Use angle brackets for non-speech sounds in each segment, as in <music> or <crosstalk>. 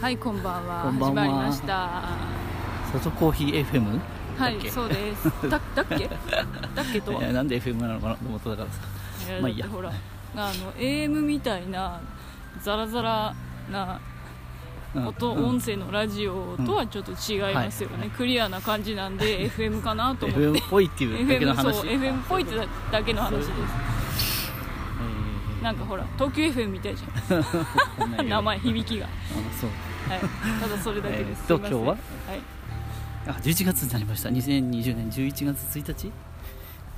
はいこんばんはこんば始んはまりましたさとコーヒー FM はだっけいそう <laughs> ですだだっけだっけとは、いやなんで FM なのかなと思ったからさいやまあいいやだってほらあの AM みたいなザラザラなうん音、うん音声のラジオとはちょっと違いますよね、クリアな感じなんで FM かなと思って FM っぽいっていうだけの FM 話そう FM っぽいってだけの話ですなんかほら東京 FM みたいじこんなゃんん名や前響きが、あそうはい、ただそれだけです、えすーいません今日ははいあ11月になりました2020年11月1日、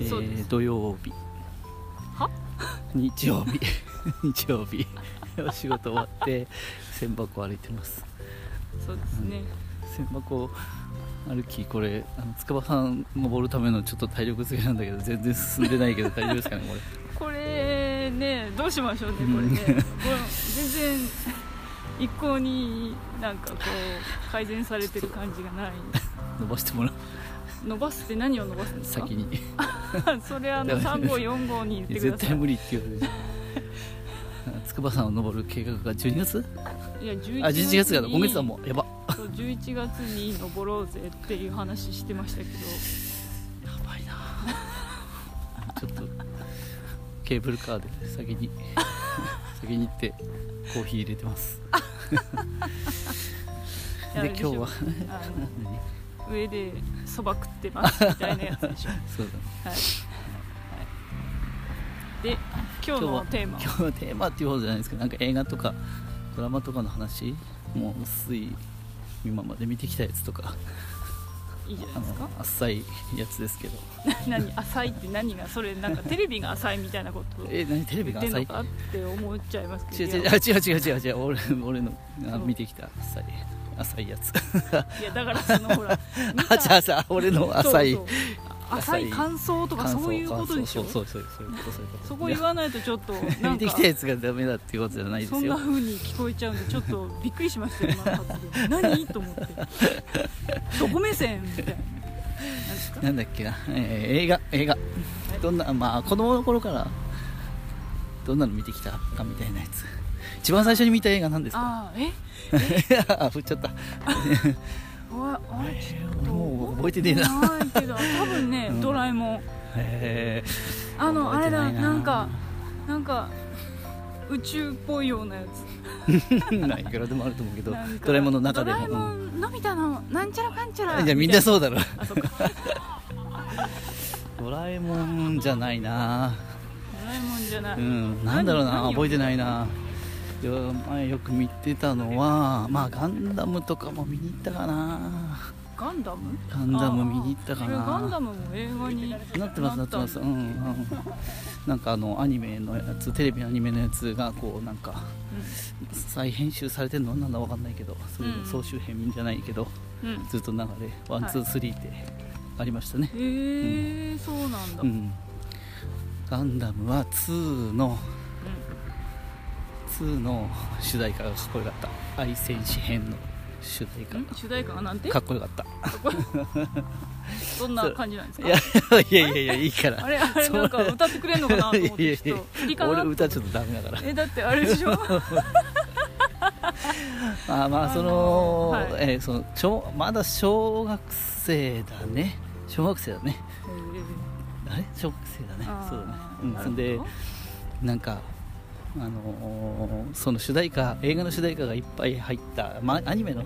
えーそうです土曜日は日曜日 <laughs> 日曜日お仕事終わって千箱を歩いてますそうですね、千箱歩きこれあの筑波山登るためのちょっと体力づけなんだけど全然進んでないけど大丈夫ですかねこれこれねどうしましょうねこれね、これ全然一向になんかこう改善されてる感じがない伸ばしてもらう伸ばすって何を伸ばすんですか先に <laughs> それあの3号4号に言ってく絶ださ対い無理って言われる筑波山を登る計画が12月いや11あ11月がに今月だもうやばそう11月に登ろうぜっていう話してましたけどやばいなちょっとケーブルカーで <laughs> 先に先に行ってコーヒー入れてますいやで今日はあ何の上でそば食ってますみたいなやつ <laughs> でしょ、はそうだいはい、で今日のテーマ今日のテーマっていう方じゃないですけどなんか映画とかドラマとかの話もう薄い今まで見てきたやつとかいいじゃなあいですかの浅いやつですけど何浅いって何がそれなんかテレビが浅いみたいなことを言え何テレビがってん浅のいかって思っちゃいます違うけど違ういあや違う違う違う違う俺俺のそあう見てきた浅い浅いやついやだからそのほら見た <laughs> あじゃあさ俺の浅いそうそう浅い感想とか感想そういうことでしょ感想そうそうそうそういうことそういうことそこ言わないとちょっといやなん見てかきたやつがダメだっていうことじゃないでそすんなよ風に聞こえちゃうんでちょっとびっくりしましたよ今の発言何と思 <laughs> ってどこ目線みたいななんですかなんだっけな、えー映画映画どんなまあ子供の頃からどんなの見てきたかみたいなやつ一番最初に見た映画なんですかああえ <laughs> あ振っちゃったわあれちょっともう覚えてねえなないけど多分ね、うんドラえもんえあのあ覚れえてなだいななんかなんか宇宙っぽいようなやつー <laughs> まあいくらでもあると思うけどなんかドラえもんの中でドラえもも、んのび太のなんちゃらかんちゃうらん、いやみんなうそうだろあそっかド <laughs> ドラえもんじゃないなラえもんじゃない、うん、なんだろう何な何を覚えてないないや前よく見てたのはまあガンダムとかも見に行ったかなガンダムガンダム見に行ったかあなーガンダムも映画になってますなってますううんんうんなんかあのアニメのやつテレビのアニメのやつがこうなんか再編集されてるのなんだわかんないけどそれうんの総集編じゃないけど、うんずっと流れワンツースリーってありましたね、へえー、そうなんだ、ううんんガンダムは2の2の主題歌がかっこよかった愛戦士編の主題歌ん主題歌がなんてかっこよかったどんな感じなんですいかやいやいやいやいいからあれあれそうなんか歌ってくれんのかなと思っいやていちやょっと振りか俺な歌ちょっとダメだからえだってあれ <laughs> でしょまあまあそあのの,、はえーその小まだ小学生だね小学生だねあれ小学生だねあーそうだね、なうん、るほどそんでなんかあのーその主題歌映画の主題歌がいっぱい入った、まあ、アニメの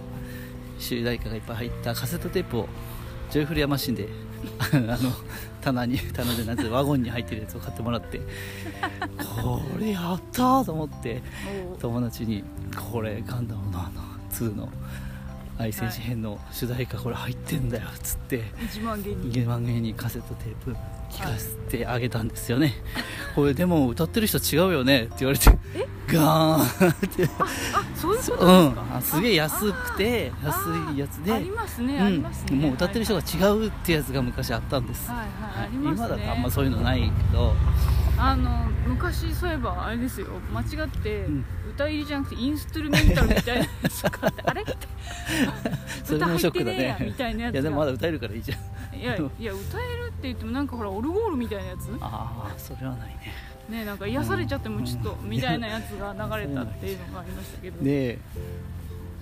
主題歌がいっぱい入ったカセットテープをジョイフルヤマシンで <laughs> あの棚に棚でなんてワゴンに入ってるやつを買ってもらってこれやったーと思っておー友達に「これガンダムのあの2の愛戦士編の主題歌これ入ってんだよ」っつって。 1万元にゲマゲにカセットテープ聞かせてあげたんですよね、これでも歌ってる人違うよねって言われてガーンってあそういうことうですか、んあすげえ安くてあー安いやつでありますね、ありますうねん、もう歌ってる人が違うってやつが昔あったんです、はいはい、はいはい、ありますね今だとあんまそういうのないけどあの昔そういえばあれですよ間違ってうん歌入りじゃなくてインストゥルメンタルみたいなやつ買 <laughs> ってあれってそれもショック歌だ入ってねえやねみたいなやついがやでもまだ歌えるからいいじゃんいやいや歌えるって言ってもなんかほらオルゴールみたいなやつああそれはないねねなんか癒されちゃってもちょっとうんみたいなやつが流れたっていうのがありましたけど、で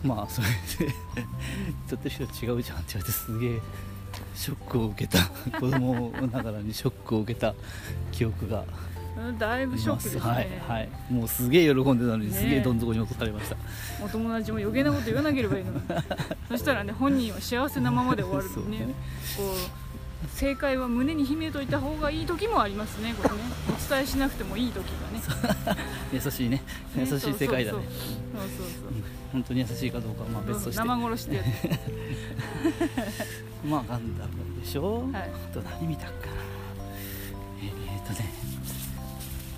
まあそれで <laughs> 撮ってる人違うじゃんって言われてすげえショックを受けた <laughs> 子供ながらにショックを受けた記憶がうんだいあぶりショッまクすですね、はいはいもうすげえ喜んでたのにねえすげえどん底に落とされました、お友達も余計なこと言わなければいいの <laughs> にそしたらね本人は幸せなままで終わるのねそうねこう正解は胸に秘めといた方がいい時もありますねこれねお伝えしなくてもいい時がね優しいね優ねしい世界そうそうだねそううん本当に優しいかどうかはまあそう別そとうして生殺しでやってまあガンダムでしょ、はいあと何見たっかなえー、っとね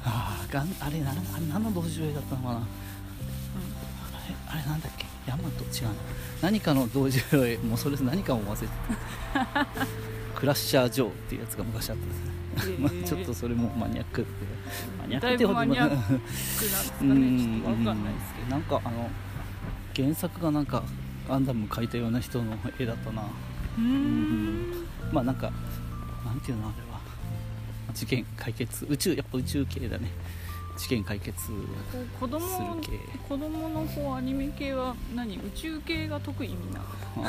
ああガンあれなあれ何の同時上映だったのかなあれあれなんだっけヤマト違うな何かの同時上映もうそれ何かも忘れて <laughs> たクラッシャー・ジョーっていうやつが昔あったんですね、うん <laughs> まあ、ちょっとえそれもマニアックってマニアッだクっいてぶほどマニアックなんですかうねちょんっとわかんないですけなんかあの原作がなんかガンダム描いたような人の絵だったなどうーんまあなんかなんていうのあれは事件解決宇宙やっぱ宇宙系だね事件解決こう子供する系子供のこうアニメ系は何宇宙系が得意みんなああ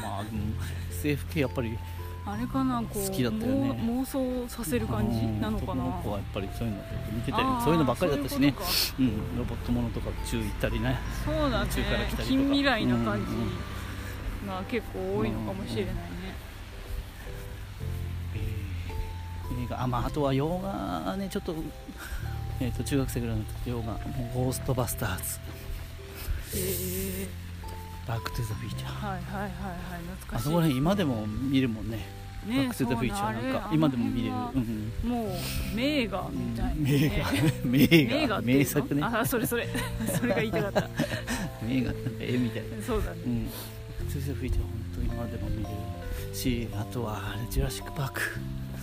まあでも SF 系やっぱりあれかなこう好きだったよね妄妄想させる感じなのか男なの子はやっぱりそういうのよく見てたよあねーそういうのばっかりだったしねそういうことかうん、ロボットものとか宇宙行ったりねそうだね <laughs> 宇宙から来たりとか近未来な感うんじが結構多いのかもしれないね、映画あまああとは洋画ねちょっと,、えー、と中学生ぐらいの時洋画もう「ゴーストバスターズ」へえ「バック・トゥ・ザ・フューチャー」はいはいはいはい懐かあしいそこら辺今でも見るもんねねバック・トゥ・ザ・フューチャーなんそうかだ今でも見れる、あのう辺はんもう名画みたいな、名ね、画名名画画名作ねあそれそ <laughs> れそれが言いたかった名画なんか絵みたいなそうだねうん「トゥ・ザ・フューチャー」本当今でも見れるしあとはあれ「ジュラシック・パーク」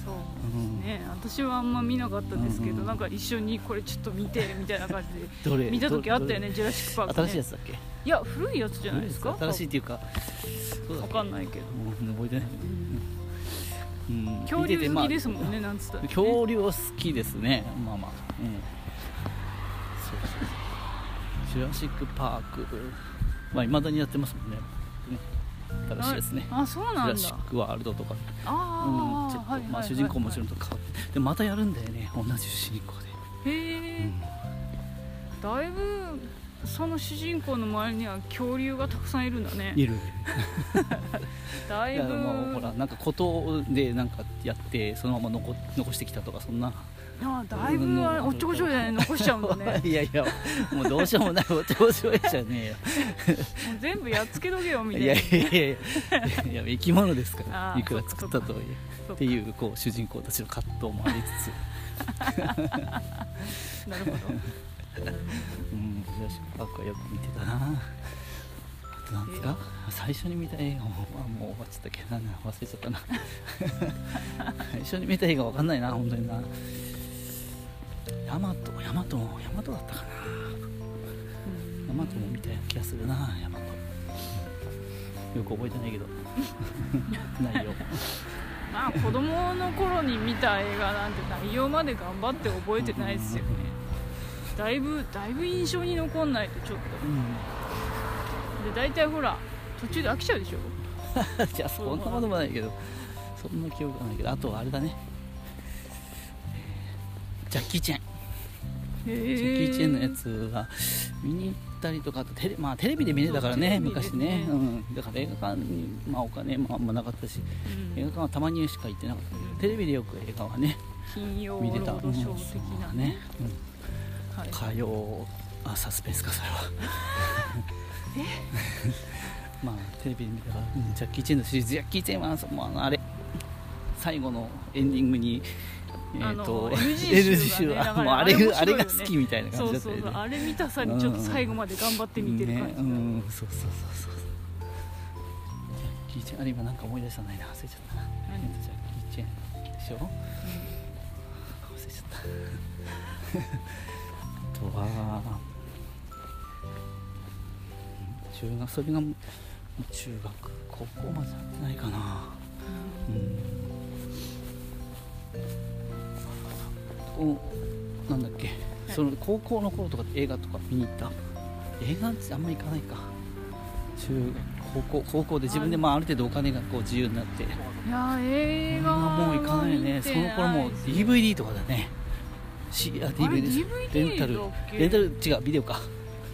そううんね私はあんま見なかったですけど、うんなんか一緒にこれちょっと見てみたいな感 <laughs> じでどれ見た時あったよどねジュラシック・パーク、ね、新しいやつだっけいや古いやつじゃないですか新しいっていうかそうだわっけかんないけど、もう覚えてない、うん、恐見竜てて好まあきですもんね、なんつったら、ね、恐竜は好きですねまあまあうんそうそうジュラシック・パークまあいまだにやってますもんねね新しいですねああそうジュなんラだシック・ワールドとか、あうん、あ、ちょっと、はいはいはいはいまあ、主人公もちろんと変わってでまたやるんだよね同じ主人公へで、うえ、んだいぶその主人公の周りには恐竜がたくさんいるんだねいるだいいやぶもうほらなんかことでなんかやってそのまま残残してきたとかそんなあだいぶあれおっちょこちょいじゃない残しちゃうん <laughs> だねもういやいやもうどうしようもないお手おしょいじゃね全部やっつけとけよみえたいなよいやいやいやいやいや生き物ですか <laughs> あらーいくら作ったとはいえそっかっていうこう主人公たちの葛藤もありつつ、なるほどうん、ジュラシック・パークはよく見てたなあとなんですか、最初に見た映画もあもう終わっちゃったっけどなんだ忘れちゃったな最初に見た映画わかんないな本当になヤマトヤマトヤマトだったかなヤマトも見たような気がするなヤマトよく覚えてないけど <laughs> 内容まあ子供の頃に見た映画なんて内容まで頑張って覚えてないですよねだいぶだいぶ印象に残んないとちょっうんとで大体ほら途中で飽きちゃうでしょいやそんなこともないけどそんな記憶はないけどあとはあれだねジャッキー・チェンへえジャッキー・チェンのやつは見に行ったりとかあとテレ,、まあ、テレビで見れたからねそうテレビで昔すねね、うん、だから映画館に、まあ、お金もあんまなかったしうん映画館はたまにしか行ってなかったけどテレビでよく映画はね金曜ロ見てーたドショー的なね、うんそうはい、火曜あサスペンスかそれは <laughs> まあテレビで見たから、うんジャッキー・チェンのシリーズジャッキー・チェンはそもうあのあれ最後のエンディングにえっ、あとの LG LG 集集がねはだかもうらああれれがあれ面白いよねが好きみたいな感そじうだったそようねそうあれ見たさにちょっと最後まで頑張って見てる感じだ、ねうんそうそうそうそうジャッキー・チェンあれ今なんか思い出したないな忘れちゃったなえっとジャッキー・チェンでしょ忘れちゃった <laughs> あとは中学それがもう中学高校までやってないかなうんおなんだっけ、その高校の頃とか映画とか見に行った映画あんま行かないか中高校高校で自分で、まあ、ある程度お金がこう自由になっていや映画はもう行かないよね見てその頃もう DVD とかだねしああれ DVD ですレンタ DVD ルだっけレンタル違うビデオか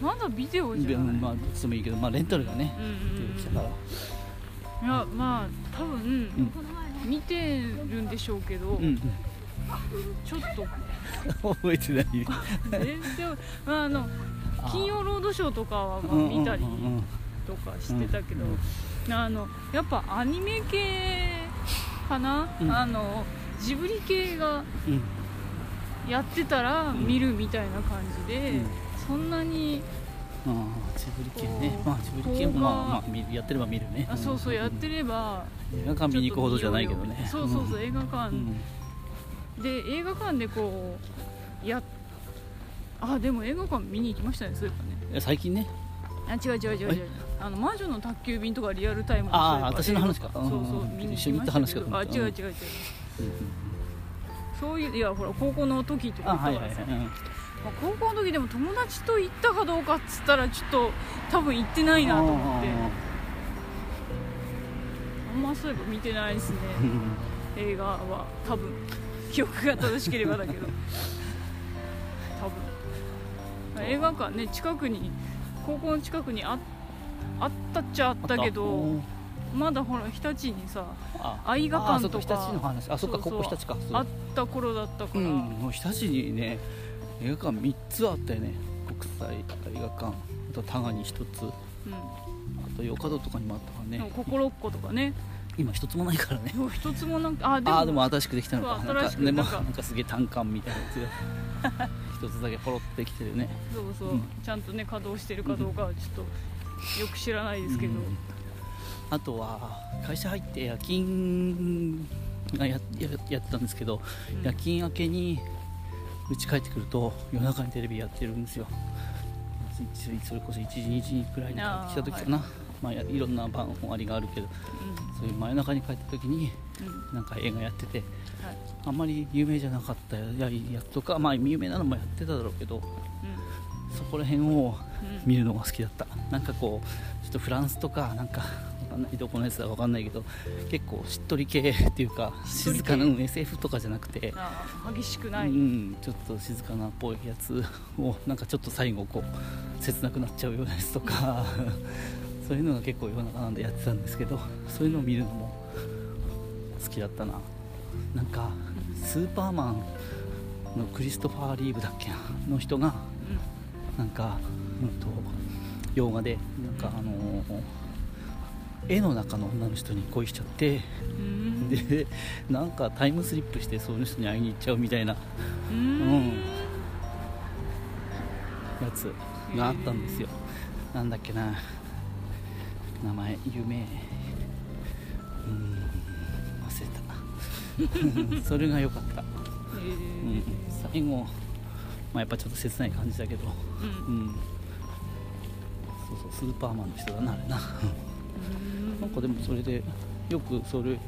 まだビデオビじデゃオない、まあどっちでもいいけど、まあ、レンタルがねうんうん出てきたうんからいやまあ多分、見てるんでしょうけど、うんうんちょっと覚えてない全然、まあ、あの「 <laughs> 金曜ロードショー」とかはまあ見たりうんうんうんうんとかしてたけど、うんうんあのやっぱアニメ系かな、うんあのジブリ系がうんやってたらん見るみたいな感じで、うんそんなにああジブリ系ねこうまあジブリ系もまあこうがまあ見るやってれば見るねあそうそうやってるれば映画館見に行くほどじゃないけどねちょっと見ようよそうそうそう、ん映画館うんで映画館でこうやっあでも映画館見に行きましたねそういえいや最近ねばねあ違う違う違う違うあの魔女の宅急便とかリアルタイムでああそういえば私の話かそうそううんうん見に行一緒きにま行しけったたど話かと思あっ違うた違う違うそういういやほら高校の時とかあ行っはたいかはいらさ、はいうんまあ高校の時でも友達と行ったかどうかっつったらちょっと多分行ってないなと思ってああんまそういえば見てないです <laughs> ねあうん映画は多分記憶が正しければだけど多分映画館ね近くに高校の近くにああったっちゃあったけあどうんまだほら日立にさああ映画あそ館っかと日立のか話あそっかそうそこうこ日立かそうあった頃だったうから、んもう日立にね映画館3つあったよね国際映画館あと多賀に1つあうとヨカドとかにもあったからん、でもね心っ子とかね今1つもないからねもう一つもなんかあでもああーでも新しくできたのかそう新しくなんなかんかでもなんかすげえ単管みたいなやつが <laughs> 一つだけポロってきてるねそうそう、うんちゃんとね稼働してるかどうかはちょっとよく知らないですけど、うんあとは会社入って夜勤がやややってたんですけど、うん夜勤明けにうち帰ってくると夜中にテレビやってるんですよ一日それこそ1時2時くらいに帰ってきた時かなまあ、やいろんな晩終わりがあるけどそういう真夜中に帰った時にうんうんなんか映画やっててはいあんまり有名じゃなかったややつとかまあ有名なのもやってただろうけどそこら辺うをんうん見るのが好きだったなんかこうちょっとフランスとかなんかわかんないどこのやつだかわかんないけど結構しっとり系っていうかしっとり系静かなうん SF とかじゃなくて、あー激しくない、うん、ちょっと静かなっぽいやつをなんかちょっと最後こう切なくなっちゃうようなやつとか <laughs> そういうのが結構世の中なんでやってたんですけどそういうのを見るのも好きだったななんかスーパーマンのクリストファー・リーブだっけなの人がうんなんか、うん、と洋画でなんかあのー絵の中の女の人に恋しちゃってうんでなんかタイムスリップしてその人に会いに行っちゃうみたいなううんんやつがあったんですよ、なんだっけな名前有名うん忘 <laughs> れたそれが良かった、えうーん、最後、まあ、やっぱちょっと切ない感じだけどううんんそうそうスーパーマンの人だなあれ <laughs> ななんかでもそれでよくそれ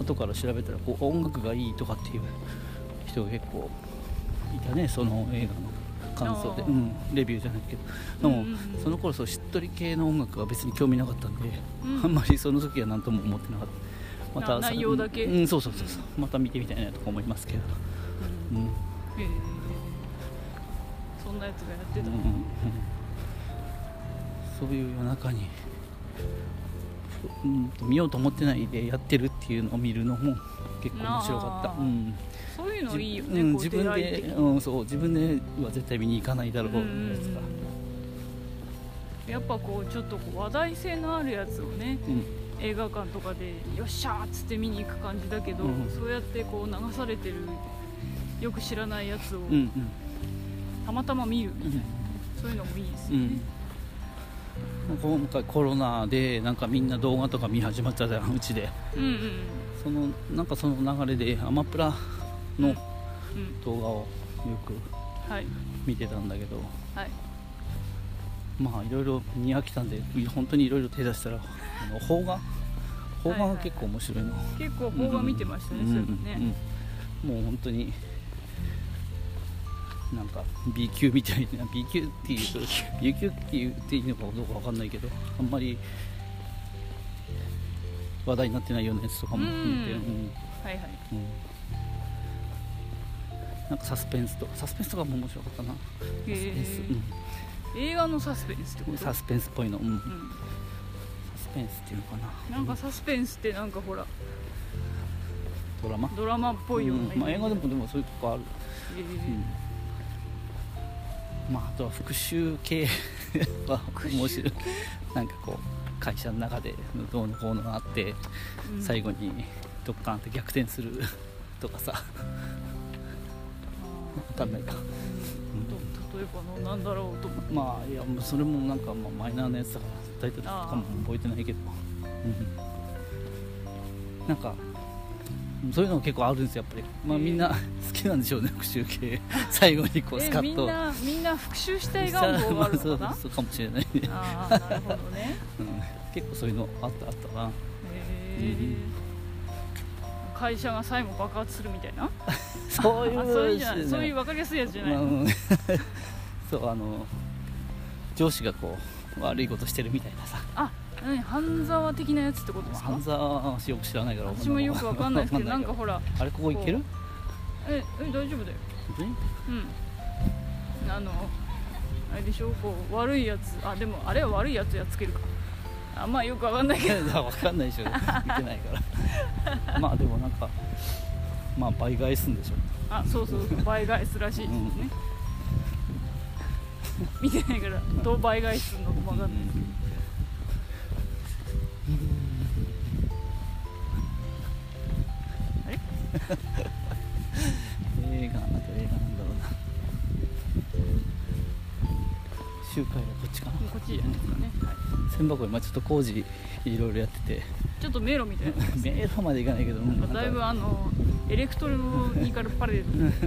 後から調べたらこう音楽がいいとかっていう人が結構いたねその映画の感想で、あうーん、レビューじゃないけどでも、うんうんうんその頃そうしっとり系の音楽は別に興味なかったんで、うんあんまりその時は何とも思ってなかったまたな内容だけうん、そうそうそうそうまた見てみたいなとか思いますけど、ううんん、えーそんなやつがやってうたんうんうんそういう夜中に、うん、と見ようと思ってないでやってるっていうのを見るのも結構面白かった、あーうんそういうのいいようねんこう自分出会いで、的うん、そう自分では絶対見に行かないだろううやんつが、やっぱこうちょっとこう話題性のあるやつをねうん映画館とかでよっしゃーっつって見に行く感じだけど、うんそうやってこう流されてるよく知らないやつをうんたまたま見る、うんうんそういうのもいいですうよね、ん今回コロナでなんかみんな動画とか見始まったじゃんうちでうん、うんうんそのなんかその流れでアマプラのうん動画をよくはい見てたんだけど、はいまあいろいろ見飽きたんで本当にいろいろ手出したらあの邦画邦画が結構面白いの結構邦画見てましたね、そういえばね、うんうんうんもう本当になんか B 級みたいな B 級っていうと B 級って言っていいのかどうかわかんないけどあんまり話題になってないようなやつとかも含めて、ううんんはいはいうんなんかサスペンスとサスペンスとかも面白かったな、へサスペンスー映画のサスペンスってうこん、とサスペンスっぽいの、うん、サうんスペンスっていうのかななんかサスペンスってなんかほらドラマドラマっぽいようなうんまあ、映画でも、もでもそういうとこある、えーまあ、あとは復讐系 <laughs> は面白いなんかこう会社の中でどうのこうのがあって、うん最後にドッカンって逆転する <laughs> とかさ分かんないかと例えばのなんだろうと思ってまあいやもうそれもなんかまあマイナーなやつだからタイトルとかも覚えてないけど、うんなんかそういうのも結構あるんですよやっぱり、まあ、へえみんな <laughs> 好きなんでしょうね復讐系最後にこうスカえみッとんなみんな復讐したい願望があるのかまあなそうそうかもしれないね、ああなるほどねうん、結構そういうのあったあったへなー会社が最後爆発するみたいなそういうあそういうんじゃないそういうわ分かりやすいやつじけゃない、うん <laughs> そうあの上司がこう悪いことしてるみたいなさあ何半沢的なやつってことですか半沢はよく知らないから私もよくわかんないですけどなんかわほらかんないけど <laughs> あれここ行けるええ大丈夫だよ本当にうんあのあれでしょこう悪いやつあでもあれは悪いやつやっつけるかあまあよくわかんないいけどやだからわかんないでしょ見てない <laughs> からまあでもなんかまあ倍返すんでしょあそうそうそう倍返すらしいですね、見てないからどう倍返するのかもわかんないですけど映画なんだ映画なんだろうな集会はこっちかなもうこっちじゃないですかね、はい千箱今ちょっと工事いろいろやって <laughs> てちょっと迷路みたいな迷路まで行かないけどもなんかだいぶあのエレクトロニカルパレードうんそう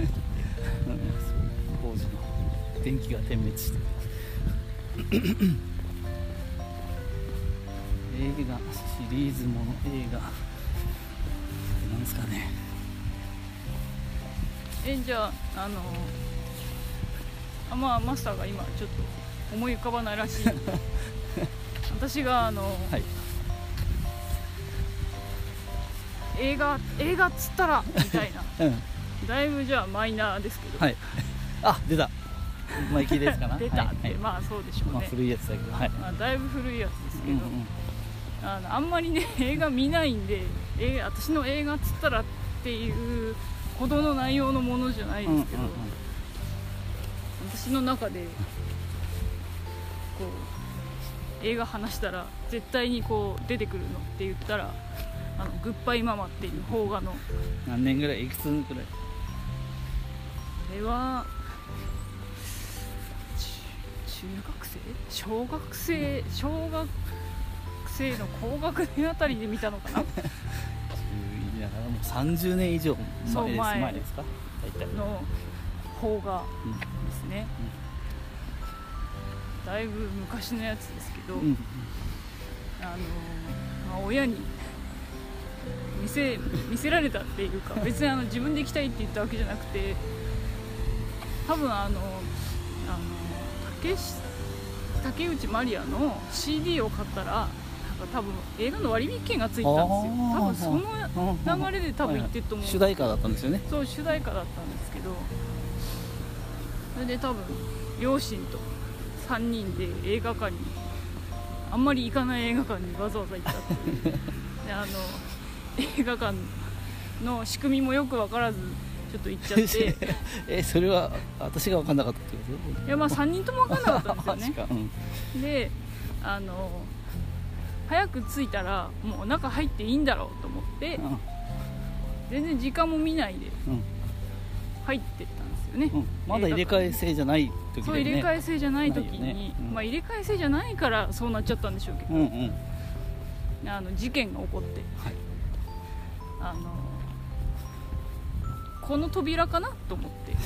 工事の電気が点滅して映画シリーズもの映画ってなんですかねえじゃああのあまあマスターが今ちょっと思い浮かばないらしい私があの、はい映画映画っつったらみたいなうんだいぶじゃあマイナーですけど、はいあ出たマイキーです <laughs> かな出たはっいて、はいまあそうでしょうまあね、古いやつだけどはい、まあ、だいぶ古いやつですけうど、んうんあのあんまりね <laughs> 映画見ないんで映画私の映画っつったらっていうほどの内容のものじゃないですけど、うんうんうん私の中でこう映画話したら絶対にこう出てくるのって言ったら「あのグッバイママ」っていう邦画のこ何年ぐらいいくつぐらいれは中中学生小学生小学生の高学年あたりで見たのかなだからもう30年以上そう前です前前ですか大体、うんの邦画ですね、だいぶ昔のやつですけど、うんあのまあ、親に見せ見せられたっていう <laughs> か別にあの自分で行きたいって言ったわけじゃなくて多分あのあの竹し竹内まりやの CD を買ったらなんか多分映画の割引券がついてたんですよあー多分そうんの流れで多分行ってると思う主題歌だったんですよねそう主題歌だったんですけどそれで多分両親と3人で映画館にあんまり行かない映画館にわざわざ行ったっていう <laughs> であの映画館の仕組みもよく分からずちょっと行っちゃ <laughs> ってえそれは私が分かんなかったってこといやまあ3人とも分からなかったんですよ <laughs> 確ねか、うん、であの早く着いたらもう中入っていいんだろうと思って全然時間も見ないでうん入ってったんですよね、うんうん、まだ入れ替え制じゃない時だそようね入れ替え制じゃない時にないよねうんまあ、入れ替え制じゃないからそうなっちゃったんでしょうけど、うんうんあの事件が起こって、はいあのこの扉かなと思って <laughs>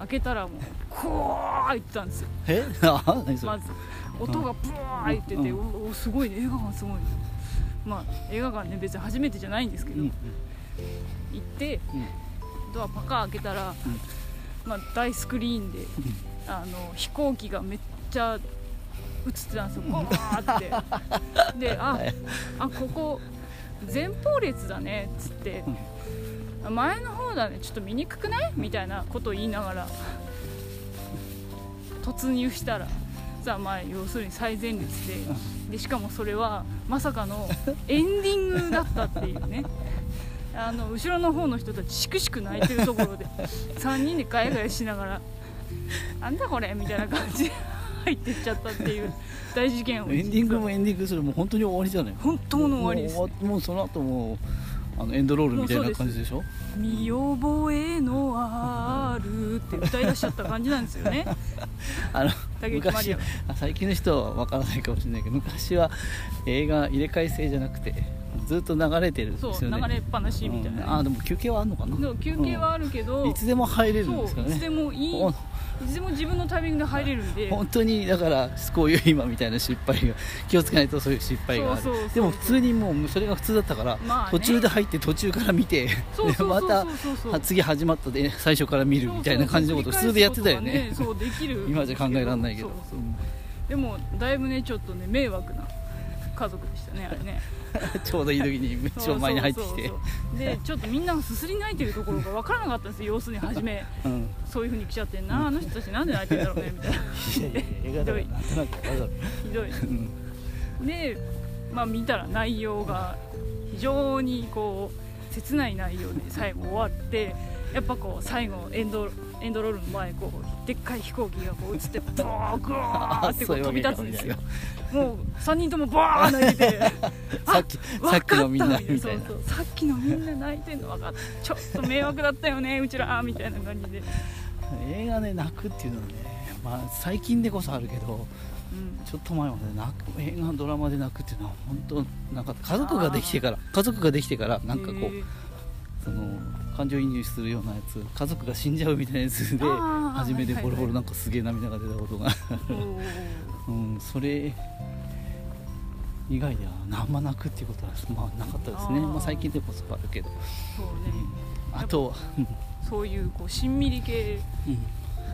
開けたらもうこー言ってたんですよえ <laughs> あ何それ、まず音がブワー言ってて、うおおすごいね映画館すごいねまあ映画館ね別に初めてじゃないんですけうど、んうん行ってドアパカ開けたら、うんまあ、大スクリーンであの飛行機がめっちゃ映ってたんです <laughs> よわーってであはいあここ前方列だねっつって前の方だねちょっと見にくくないみたいなことを言いながら突入したらさあまあ要するに最前列ででしかもそれはまさかのエンディングだったっていうねあの後ろの方の人たちしくしく泣いてるところで3人でガヤガヤしながら「なんだこれ」みたいな感じで入ってっちゃったっていう大事件をエンディングもエンディングするもう本当に終わりじゃない本当の終わりですもう終わもうその後もうあのエンドロールみたいもうそうなです感じでしょ見覚えのあるって歌い出しちゃった感じなんですよねあの竹内まり昔やあ最近の人はわからないかもしれないけど昔は映画入れ替え制じゃなくてずっと流れてるんです <laughs> そようね流れっぱなしみたいうんあな、でも休憩はあるのかなでも休憩はあるけど、うんいつでも入れるんそうですかいつでねもいいおいつでも自分のタイミングで入れるんで本当にだからこういう今みたいな失敗が気をつけないとそういう失敗があるそうそうそうでも普通にもうそれが普通だったから、まあね途中で入って途中から見てそうでそうそうまそうたそうそうは次始まったで最初から見るみたいな感じのことを普通でやってたよねそうそう繰り返すことがねそうできる今じゃ考えられないけどそうそうでもだいぶねちょっとね迷惑な家族でしたねあれ <laughs> ね <laughs> ちょうどいい時にめっちゃ前に入ってきてそうそうそうでちょっとみんながすすり泣いてるところが分からなかったんですよ要するに初めうんそういうふうに来ちゃってんなあの人たちなんで泣いてんだろうねみたいないやいや映画だからなんとなくわかるひどいうんで、まあ、見たら内容が非常にこう切ない内容で最後終わってやっぱこう最後エンドエンドロールの前こうでっかい飛行機がこう映ってボーグワーって <laughs> こう飛び立つんですよもう3人ともボーン泣いてて <laughs> さっき分さかっきのみんなみたいなそうそうさっきのみんな泣いてんの分かったちょっと迷惑だったよねうちらみたいな感じで、映画で泣くっていうのはね、まあ、最近でこそあるけどうん、ちょっと前まで泣く映画ドラマで泣くっていうのは本当なんか家族ができてから家族ができてからなんかこへうーその感情移入するようなやつ家族が死んじゃうみたいなやつであー初めてはいはボいロボロなんかすげえ涙が出たことが、おーうん、それ以外ではあんま泣くっていうことは、まあ、なかったですねあーまあ、最近でこそあるけどそうねあとはうんそういうこうしんみり系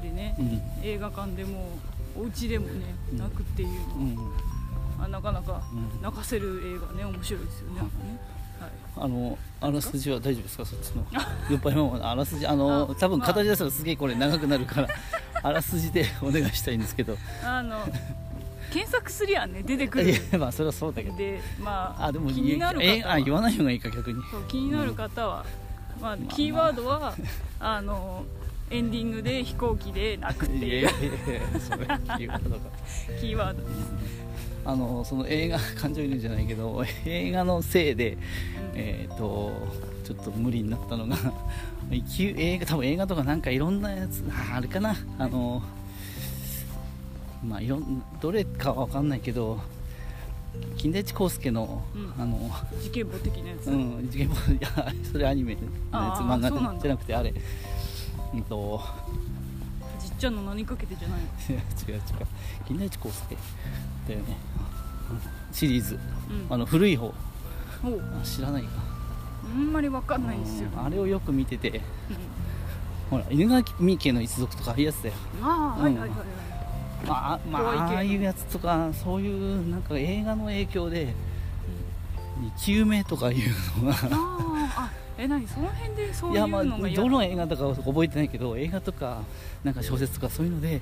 でね、うん映画館でもお家でもねうん泣くっていうのは、うんうんあなかなかうん泣かせる映画ね面白いですよねなんかね、はい、あのあらすじは大丈夫ですかそっちの酔っ払いママのあらすじあのあ多分まあ形出したらすげえこれ長くなるからあらすじでお願いしたいんですけどあ <laughs> の検索すりゃね出てくるいやまあそれはそうだけどでまああでも気になるいやえ方はあ言わない方がいいか逆にそう気になる方は、まあ、まあキーワードは、あのエンディングで飛行機で泣くっていやいいやういやそれ言わなかったキーワードです、あのその映画感情移入じゃないけど映画のせいで、うんえー、とちょっと無理になったのが <laughs> 急映画多分映画とかなんかいろんなやつああれかなあのまあいろんどれかは分かんないけど金田一耕助の、うんあの事件簿的なやつ、うん事件簿いやそれアニメのやつあー漫そうなん画だじゃなくてあれうんと <laughs> じっちゃんの何かけてじゃないの、違う違う金田一耕助だよねシリーズうん、あの古い方おうあ知らないかあんまりわかんないんですよ、うんあれをよく見ててうんほら犬神家の一族とかああいうやつだよ、ああはいはいはいはい、まああま怖い系あ、のああいうやつとかそういうなんか映画の影響で救命とかいうのがあああえ何その辺でそういいうやのまあがやどの映画とかは覚えてないけど映画とかなんか小説とかそういうので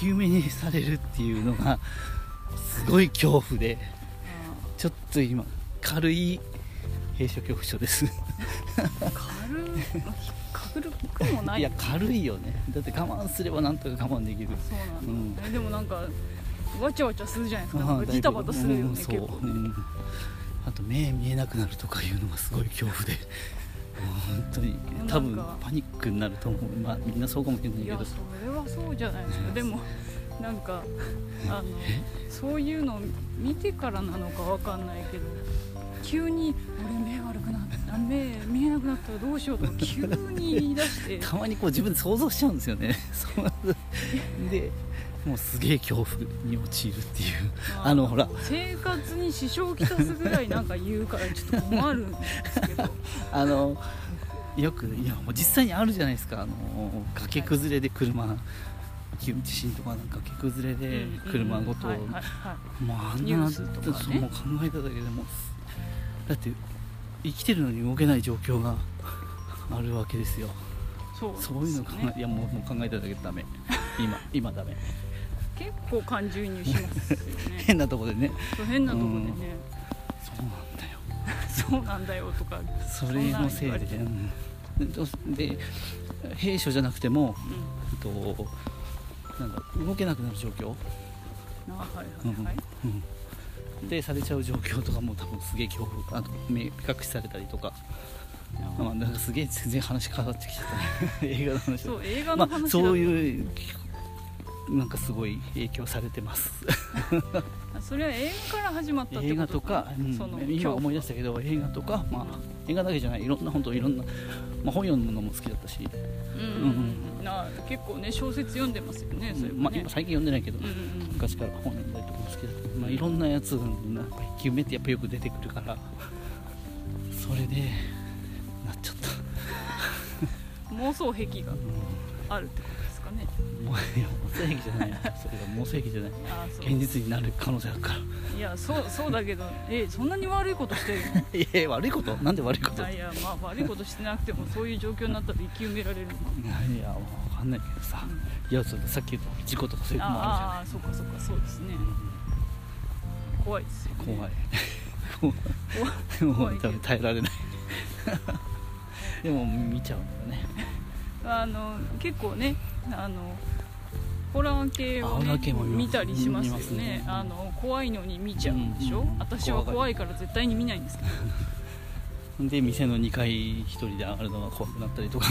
救命にされるっていうのがすごい恐怖でちょっと今軽い閉所恐怖症ですあ軽い軽くもないいや軽いよねだって我慢すればなんとか我慢できるそうなんだ、えでもなんかわちゃわちゃするじゃないですかなんあかージタバタするよね、うん結そう構う、んあと目見えなくなるとかいうのがすごい恐 <laughs> 怖でもう本当になんか多分パニックになると思う、まあ、みんなそうかもしれないいけやどそれはそうじゃないですかでもなんかあのそういうのを見てからなのかわかんないけど急に俺目悪くなった目見えなくなったらどうしようとか急に言い出してたまにこう自分で想像しちゃうんですよね <laughs> そうでもうすげえ恐怖に陥るっていうあのほら生活に <laughs> 支障をきたすぐらいなんか言うからちょっと困るんですけどあのよくいやもう実際にあるじゃないですかあの崖崩れで車、き地震とかなんか崖崩れで車ごと、うんうんはいはいはいもうあんニュなースとかねそうもう考えただけでもだって生きてるのに動けない状況 <laughs> があるわけですよそうですそういうの考え、ねいやもうもう考えただけでダ <laughs> メ今今ダメ結構感情移入しますよね <laughs> 変なとこでねそう変なとこでねそうなんだよそうなんだよとか、それのせいで,、うん、どうすで兵所じゃなくてもうえっとなんか動けなくなる状況、ん、あはいはいはい、うん、でされちゃう状況とかも多分すげえ恐怖あと目隠しされたりとかまあ、なんかすげえ全然話変わってきち <laughs> ゃったね映画の話そう映画のま話だ、あ、そういうなんかすごい影響されてますあそれは映画から始まったって映こ画ととか、うんその今恐怖思い出したけど映画とか、まあ、映画だけじゃないいろんな本当いろんな、まあ、本読むのも好きだったし、うんうんうんうんな結構ね小説読んでますよね、それまもあ、ね今最近読んでないけど、うんうんうん昔から本読んだりとかも好きだった、まあ、いろんなやつの夢ってやっぱよく出てくる <laughs> からそれでなっちゃった妄想癖があるってことですかねもういや妄想癖じゃないそれが妄想癖じゃないあそう現実になる可能性あるからいやそうそうだけどえそんなに悪いことしてる <laughs> の <laughs> いや悪いことなんで悪いことあいやまあ悪いことしてなくてもそういう状況になったら生き埋められるのかいやわかんないけどさいやそのさっき言った事故とかそういうのもあああーそうかそうかそうですねる怖いですよ、ね、じゃん怖い怖いも怖ういけ多ど分耐えられ <laughs> ないでも見ちゃうんだよねあの結構ねあのホラー系を、あホラねー系も、見ます見たりしますよ見ますねねあの怖いのに見ちゃうんでしょ、うんうん私は怖いから絶対に見ないんですけどで店の2階1人で上がるのが怖くなったりとか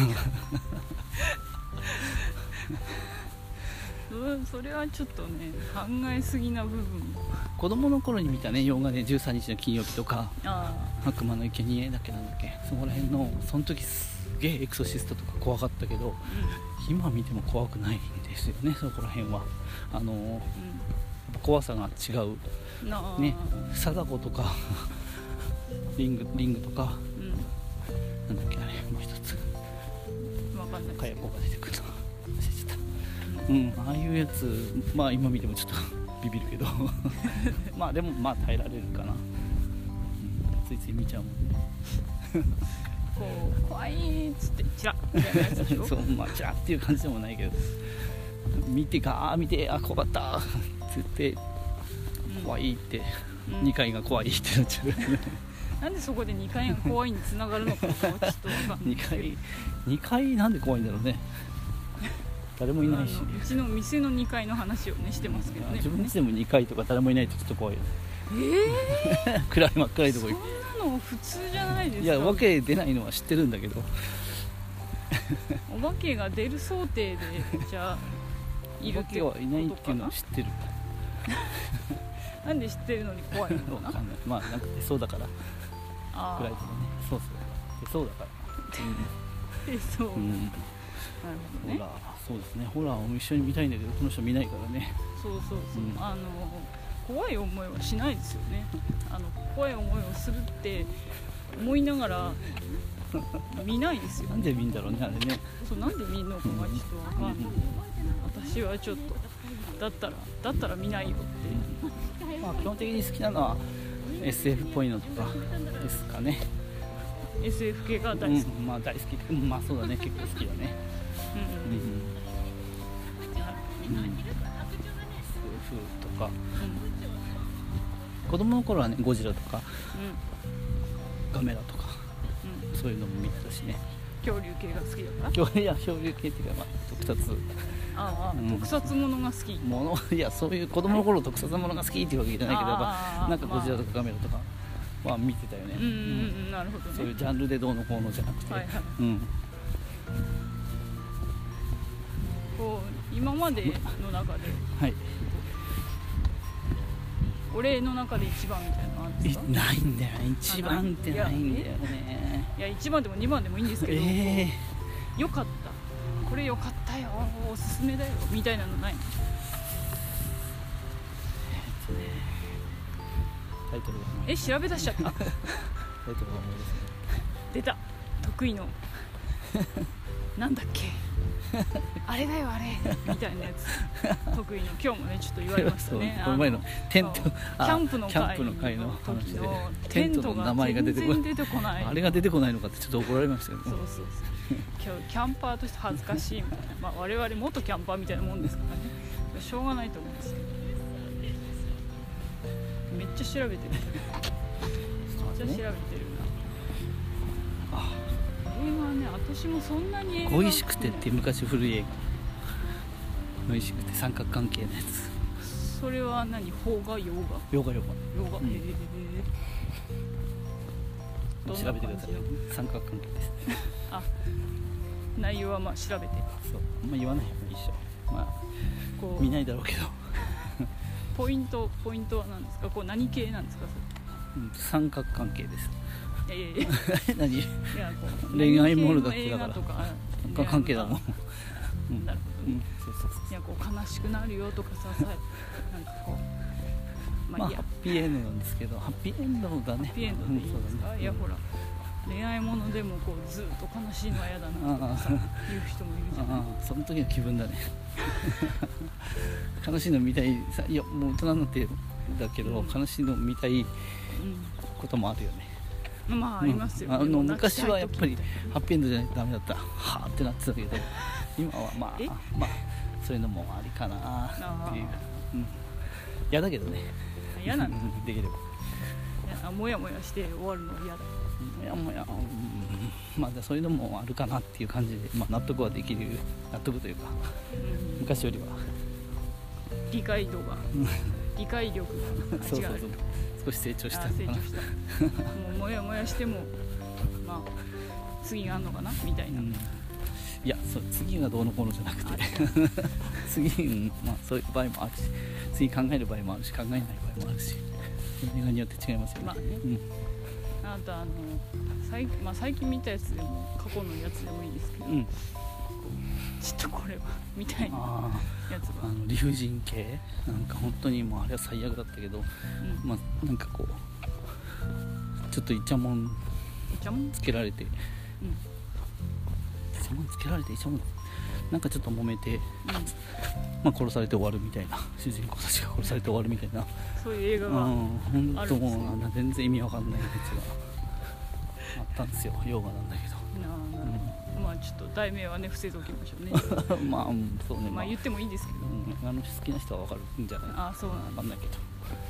うんそれはちょっとね考えすぎな部分も子供の頃に見たね洋画で13日の金曜日とかあ悪魔の生贄だっけなんだっけそこら辺のその時すげえエクソシストとか怖かったけどあ今見ても怖くないんですよねそこら辺はあのやっう、ぱ怖さが違うんうん、なあね貞子とかリングリングとかうなんだっけあれもう一つんわかんないですかけやどこが出てくるの忘れちゃったうんああいうやつまあ今見てもちょっとビビるけど <laughs> まあでもまあ耐えられるかな、うん、ついつい見ちゃうもんねこう怖いっつってチラッみたいなやつでしょ <laughs> そうまあじゃあっていう感じでもないけど見てかあー見てあー怖かったーつって怖い、いって、う2階が怖いってなっちゃ <laughs> うなんでそこで2回が怖いに繋がるのかもちょっとわか <laughs> んない2階2階なんで怖いんだろうね誰もいないし、あのうちの店の2階の話をねしてますけどあね自分にしても2階とか誰もいないとちょっと怖い <laughs> よねえ暗い真っ暗えいー、とそこん行なの普通じゃないですくかいやわけ出ないのは知ってるんだけどお化けが出る想定でじゃあいるおっ化てけはいないっていうのはこ知ってるとかななんで知ってるのに怖いの <laughs> わかかなんないまあなんか出そうだからあ暗いとこねそうそう出そうだからーえそう、うん、なるほどホねラーそうですねホラーを一緒に見たいんだけどこの人見ないからね <laughs> そうそうそう、うんあの怖い思いはしないですよねあの怖い思いをするって思いながら見ないですよなんで見んだろうねあれ <laughs> ねそうなんで見んのかがちょっとわかんない私はちょっとだったらだったら見ないよっまあ基本的に好きなのは SF っぽいのとかですかねて SF 系が大好き、うん、まあ大好き <laughs> うんまあそうだね結構好きだねうんうんうん SF とか子供の頃はねゴジラとかうんガメラとかうんうんそういうのも見てたしね恐竜系が好きだから <laughs> 恐竜や恐竜系っていうか、まあ、特撮ああ、うん特撮ものが好きもの <laughs> いやそういう子供の頃特撮ものが好きっていうわけじゃないけどやっあぱーなんかゴジラとかガメラとかは見てたよね、うんうんうんなるほどねそういうジャンルでどうのこうのじゃなくて、はいはいうん、こう今までの中ではいお礼の中で一番みたいなのあるんですかえないんだよね一番ってないんだよねいや1番でも2番でもいいんですけど、えよかったこれよかったよおすすめだよみたいなのないのー、タイトルが <laughs> え調べ出しちゃったタイトルが思い出せない <laughs> 出た得意のなんだっけあれだよあれみたいなやつ得意の今日もねちょっと言われましたそう <laughs> ねこの前のテントそうあキャンプのキャン会プの会の話時でのテテンントトのが名前が出てこない全然出てこないあれが出てこないのかってちょっと怒られましたけどそうねそうそう今日キャンパーとして恥ずかしいみたいな、まあ、我々元キャンパーみたいなもんですからねしょうがないと思うんですけどめっちゃ調べてるめっちゃ調べてるなあ映画はね私もそんなに映画恋しくてって昔古い映画恋しくて三角関係のやそれは何邦画洋画つよかよか洋画、うんえどんな調べてください感三角関係ですー内容はまあ調べてそうあんま言わない方がいいでしょまこあ見ないだろうけど、うポイントポイントは何ですかこう何系なんですかうん、三角関係ですそれいやいやいや <laughs> 何いやこう恋愛ものだってだ恋愛の映画からと三角関係だもんい、うんなるほどねうんそうそうそうやこう悲しくなるよとかささなんかこうままああいいやハッピーエンドなんですけどハッピーエンドだねハッピーエンドでいいですか、うんそうだねいやほら恋愛ものでもこうずっと悲しいのは嫌だあなあとかさ <laughs> 言う人もいるじゃんああその時の気分だね <laughs> 悲しいの見たいさいやもう大人になってだけど、うん悲しいの見たいこともあるよねうん、まあありますよ、うんあでもの泣き昔たはいやっ時ぱりみたいなハッピーエンドじゃないとダメだったはあってなってたけ <laughs> ど今はまえあまあそういうのもありかなっていうあうん嫌だけどね嫌なんだ <laughs> うんできればいやもやもやして終わるの嫌だいやもういや、うん、まあそういうのもあるかなっていう感じで、まあ、納得はできる納得というかうん昔よりは <laughs> 理解度がうん理解力が <laughs> そうそう違そうう少し成長したあの成か長なしたもうモヤモヤしてもまあ次があんのかなみたいな、うんいやそう次がどうのこうのじゃなくて <laughs> 次、うんまあ、そういう場合もあるし次考える場合もあるし考えない場合もあるし映画によって違いますよね,、まあねうん、あとあの最,、まあ、最近見たやつでも過去のやつでもいいですけど、うん、ちょっとこれはみたいなあやつーがあ、の理不尽系なんか本当にもうあれは最悪だったけどうん、まあなんかこうちょっとイチャモンイチャモンつけられてイうんチャモンつけられてイチャモンなんかちょっと揉めて、うんまあ、殺されて終わるみたいな主人公たちが殺されて終わるみたいなそういう映画うんが、本当もうなんだ全然意味わかんないやつがあったんですよ洋画なんだけなあなあまあちょっと題名はね伏せておきましょうねど、 <laughs> まあうんそうねままああ言ってもいいんですけどうん、あの好きな人はわかるんじゃないああそうなんわだかんないけど、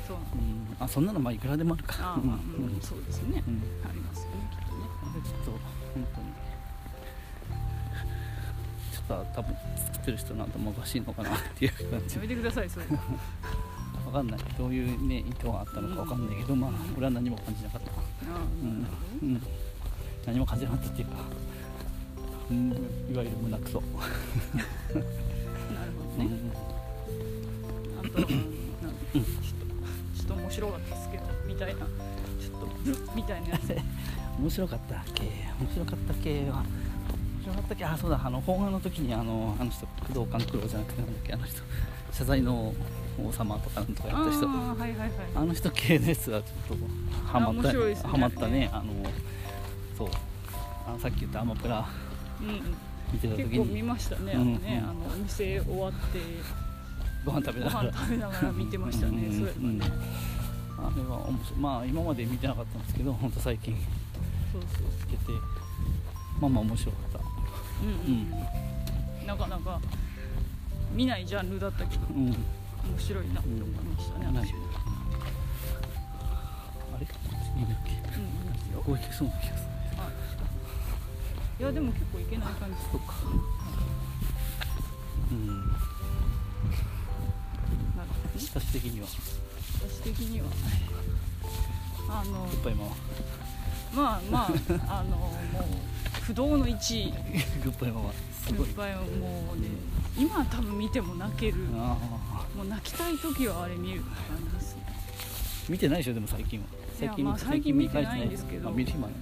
そうなんだうん、あそんなのまあいくらでもあるかああまあ、うんうんうんそうですね、うんありますよねきっとねあれちょっと本当にちょっと多分作ってる人なんてもおかしいのかなっていう感じやめてくださいそれわかんないどういうね意図があったのかわかんないけど、まあ俺は何も感じなかったああうんうん、何も感じなかったっていうか、うん、いわゆる胸くそ、なるほどね、うん、あと、なんかちょっと、ちょっと面白かったですけど、みたいな、ちょっと、ブッみたいなやつ。面白かったっけ面白かったっけは面白かったっけあそうだあの邦画の時にあのあの人工藤官九郎じゃなくてなんだっけあの人謝罪の王様とかなんとかやった人あーはいはいはい。あの人系のやつはちょっとハマっ面た白いですねハマったねあのそうあのさっき言ったアマプラうん見てうたん、時結構見にましたね、うあんのね、あのお店終わって、ご飯食べごながら飯食べながら見てましたね、そういえばね。あれは面白いまあ今まで見てなかったんですけど本当最近そうそう、つけてまあまあ面白かったうん、うん、なかなか。見ないジャンルだったけど、うん面白いなって思いましたね、うん私は。あれこっちにいるっけうん、いいですよ。こういけそうな気がするはいいや、でも、結構いけない感じ。そうかうんなるほどね私的には私的には。あのやっ。ぱ今はまあまああのもう不動の1位グッバイママすグごいッバイはもうね今多分見ても泣けるもああう泣きたい時はあれ見るって感じですね見てないでしょでも最近はいやまあ最近見てないんですけどあ見る暇ない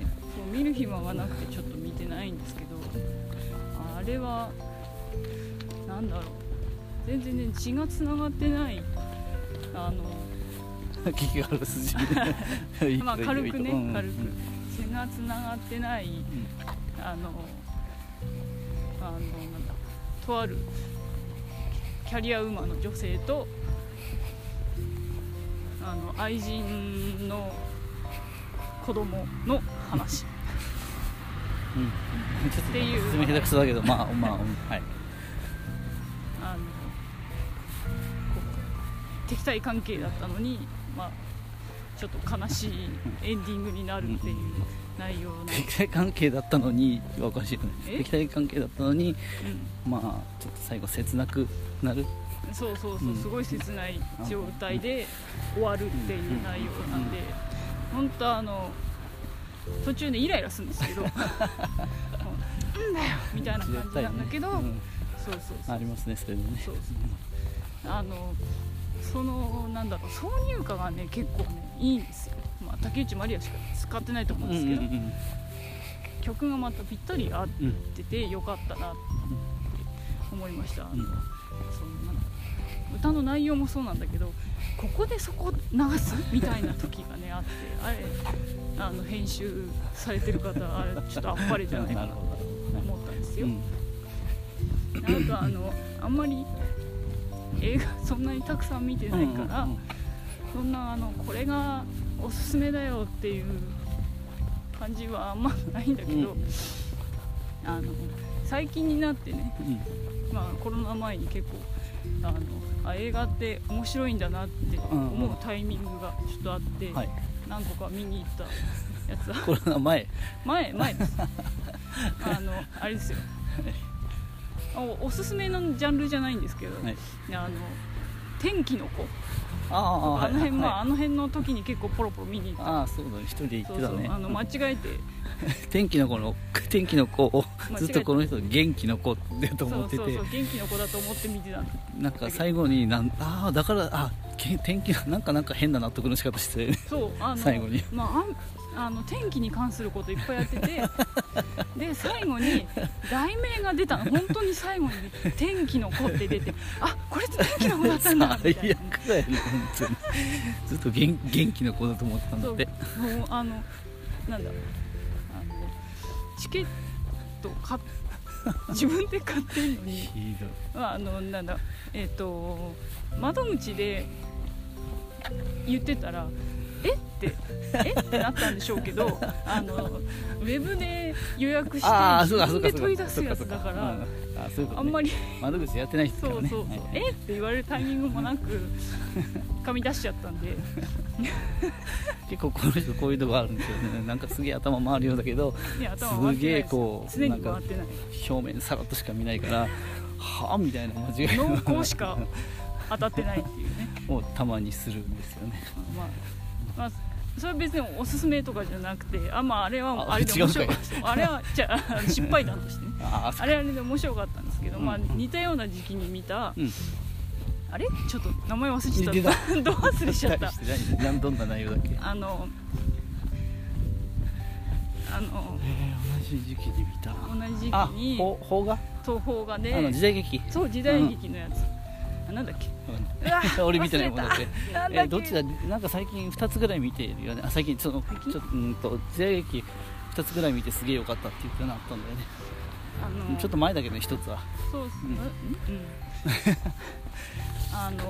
そう見る暇はなくてちょっと見てないんですけどあれはなんだろう全然ね血がつながってないあの聞きがある <laughs> 筋いいとまあいいと軽くねうん軽く血がつながってないあのあのなんだとあるキャリアウーマンの女性とあの愛人の子供の話うん、ちょっとていう説明下手くそだけどま <laughs> あまあ、うんはいあのこう敵対関係だったのに、まあ、ちょっと悲しいエンディングになるっていう内容の、 <laughs> うん敵対関係だったのにおかしいよねえ敵対関係だったのにまあちょっと最後切なくなるそうそううそうんすごい切ない状態で終わるっていう内容なんで本当あの途中でイライラするんですけ <laughs> どもうなんだよみたいな感じなんだけど、絶対ねそうそううんそうありますねそれでねそうそうあのそのなんだろう挿入歌がね結構ねいいんですよ、まあ、竹内まりやしか使ってないと思うんですけど、うんうん曲がまたぴったり合っうんててよかったなって思いました、うんうそんのなんだ歌の内容もそうなんだけどここでそこ流すみたいな時が <laughs> ねあってあれあの編集されてる方あれちょっとあっぱれじゃないかなるとほど <laughs> なるほ思ったんですどよ、うんなんかあのあんまり映画そんなにたくさん見てないから、うんうんそんなあのこれがおすすめだよっていう感じはあんまないんだけど、うんあの最近になってね、うんまあ、コロナ前に結構あのあ映画って面白いんだなって思うタイミングがちょっとあって、うんはい何個か見に行ったやつは <laughs> コロナ前前前 <laughs> ですあのあれですよおおすすめのジャンルじゃないんですけど、はいあの天気の子ああああの辺、まあ、ああの辺の時に結構ポロポロ見に行ったああそうだね一人で行そっうてそたう、ねあの間違えて天気の子の天気の子を間違えたずっとこの人元気の子って <laughs> と思ってそうてそうそう元気の子だと思って見てたのなんか最後になんああだからあけ天気のなんかなんか変な納得の仕方してたよね <laughs> そうあの最後にまああんあの天気に関することいっぱいやって <laughs> てで最後に題名が出たの本当に最後に「天気の子」って出てあこれって天気の子だったんだみ最たいな悪だよね本当にずっと元元気の子だと思ってたんだそっうてもうあのなんだあのチケット買っ自分で買ってんのにひどいまあ、あのなんだえっ、と窓口で言ってたらえってえってなったんでしょうけ <laughs> どあのウェブで予約してああ自そうかそ分うでかそうか取り出すやつだかうんらあそういうことねあんまり窓口やってない人そからうねそうはいそうはいえって言われるタイミングもなく噛み出しちゃったんで結構この人こういうとこあるんですよねなんかすげえ頭回るようだけどね頭回ってすげなえいこう常になんか回ってない表面さらっとしか見ないからはあみたいな間違いを濃厚しか当たってないっていうねをたまにするんですよねまあ、まあ、それは別におすすめとかじゃなくてあまああれはああれで面白かっ違たあれはじゃあ失敗談としてねああそあれはあれで面白かったんですけど、まあ、うんうん似たような時期に見た、うんあれちょっと名前忘れ似ちゃった <laughs> どう忘れちゃっ <laughs> 何たして何どんな内容だっけあのあのえー同じ時期に見た同じ時期あにほ邦画東宝があのね時代劇そう時代劇のやつ、あなんだっけうわ <laughs> 俺見てないもんだっ忘てれたなんえだっけどっちだなんか最近2つぐらい見てるよねあ最近その最近ちょっとうんと時代劇2つぐらい見てすげえ良かったっていうのあったんだよね、あのちょっと前だけど1つはそうっすうねんうんあの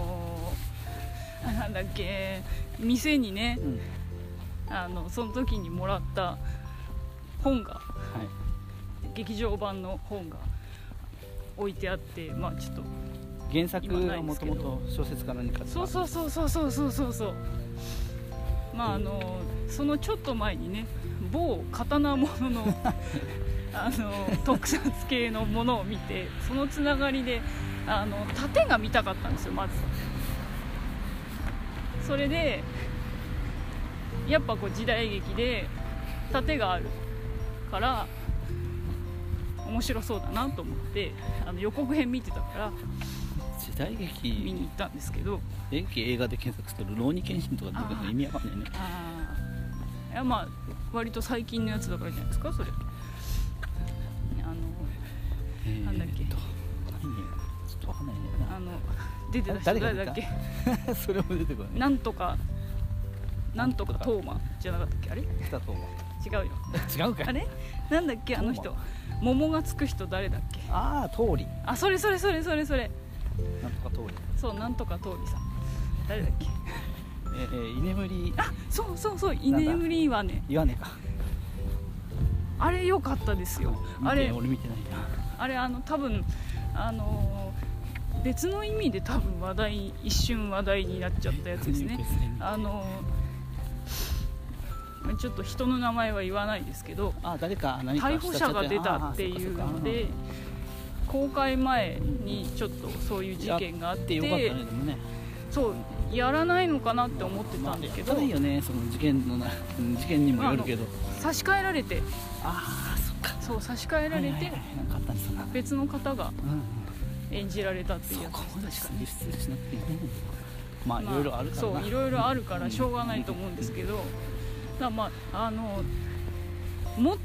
ーあなんだっけ店にねうんあのその時にもらった本がはい劇場版の本が置いてあってまあちょっと原作今なはいでもすとけどもと小説家何かったそうそうそうそうそうそうそうそうまああのそのちょっと前にね某刀もののあの特撮系のものを見てそのつながりであの盾が見たかったんですよまずそれでやっぱこう時代劇で盾があるから面白そうだなと思ってあの予告編見てたから時代見劇に行ったんですけど時代劇映画で検索すると「浪人剣心」とか出てくるのあー意味わかんないねああいやまあ割と最近のやつだからじゃないですかそれあのなんだっけえーと何ちょっとわかんないねあの出てた人誰誰がだっ出けな <laughs> それも出てこないねなんとかなんとかトーマじゃなかったっけあれ違来たと思う <laughs> 違うよ違うかあれなんだっけあの人桃がつく人誰だっけああ通りあそれそれそれそれそれなんとか通りそうなんとか通りさん誰だっけえー、居眠りあそうそうそう居なんだ眠りはね言わねえかあれ良かったですよあ見れて俺見てないなあれあの多分あのー別の意味で多分話題一瞬話題になっちゃった <laughs> やつですねあのーちょっと人の名前は言わないですけどあ誰か何か逮捕者が出たっていうので公開前にちょっとそういう事件があっでてよかったねでもねそうやらないのかなって思ってたんだけどまあやっぱりいいよねその事件のな事件にもよるけど差し替えられてああそっかそう差し替えられて何かあったんですか別の方がうんうん演じられたっていそうやつこまで確かに失礼しなくていいねまあいまあろいろあるからなそういろいろあるからんしょうがないと思うんですけど、だからまああのももっ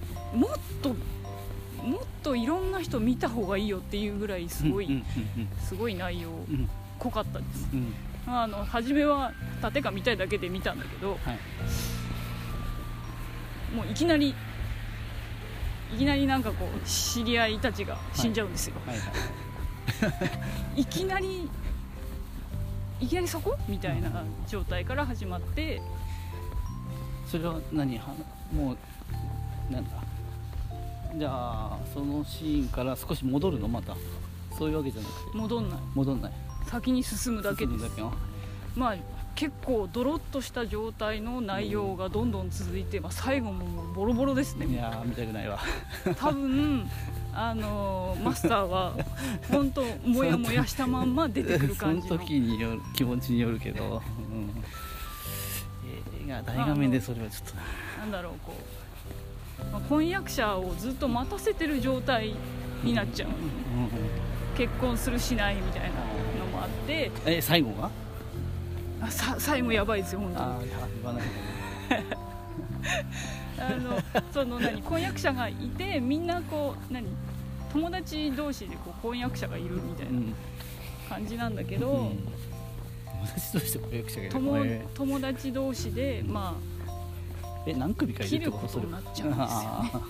ともっといろんな人見た方がいいよっていうぐらいすごい、うんうんすごい内容うんうん濃かったですうんうんあの初めは縦が見たいだけで見たんだけどはいもういきなりいきなりなんかこう知り合いたちが死んじゃうんですよ、はいはいい、きなりいきなりそこみたいな状態から始まってそれは何はもうなんだじゃあそのシーンから少し戻るのまたそういうわけじゃなくて戻んない戻んない先に進むだけ進でむすだけのまあ結構ドロッとした状態の内容がどんどん続いて、まあ、最後ももうボロボロですい <laughs> ねやー見たくないわ多分あのーマスターは本当モヤモヤしたまんま出てくるそ感のじの時による気持ちによるけど、うん、映画大画面でそれはちょっとななんだろうこう、まあ婚約者をずっと待たせてる状態になっちゃううんうん結婚するしないみたいなのもあってえ最後はあさ最後やばいですよ本当にああ言わないあのその何婚約者がいてみんなこう何友達同士でこう婚約者がいるみたいうんな感じなんだけど、うん私どうして婚約者がいるの友え友達同士でまえ何組かあいる切ってるここととそれになっちゃうんですよねあーも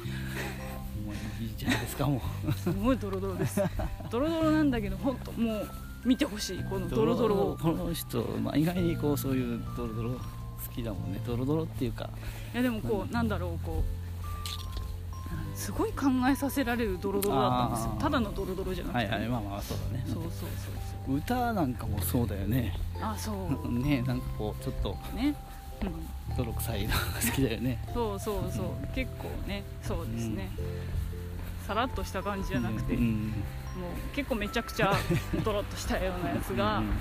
ういいじゃないですかもうすごいドロドロです <laughs> ドロドロなんだけど本当もう見てほしいこの <laughs> ドロドロをこの人、まあ、意外にこうそういうドロドロ好きだもんねドロドロっていうかいやでもこうなんだろうこうすごい考えさせられるドロドロだったんですよあーただのドロドロじゃなくて、はいはいまあまあそうだねそうそうそうそ歌なんかもそうだよねうあそ <laughs> ねなんかこうちょっとう <laughs> ね、うん泥臭いのが好きだよねそうそうそう、結構ねそうですね、さらっとした <laughs> 感じじゃなくて、うんもうんう結構めちゃくちゃドロッとしたようなやつが、うんだか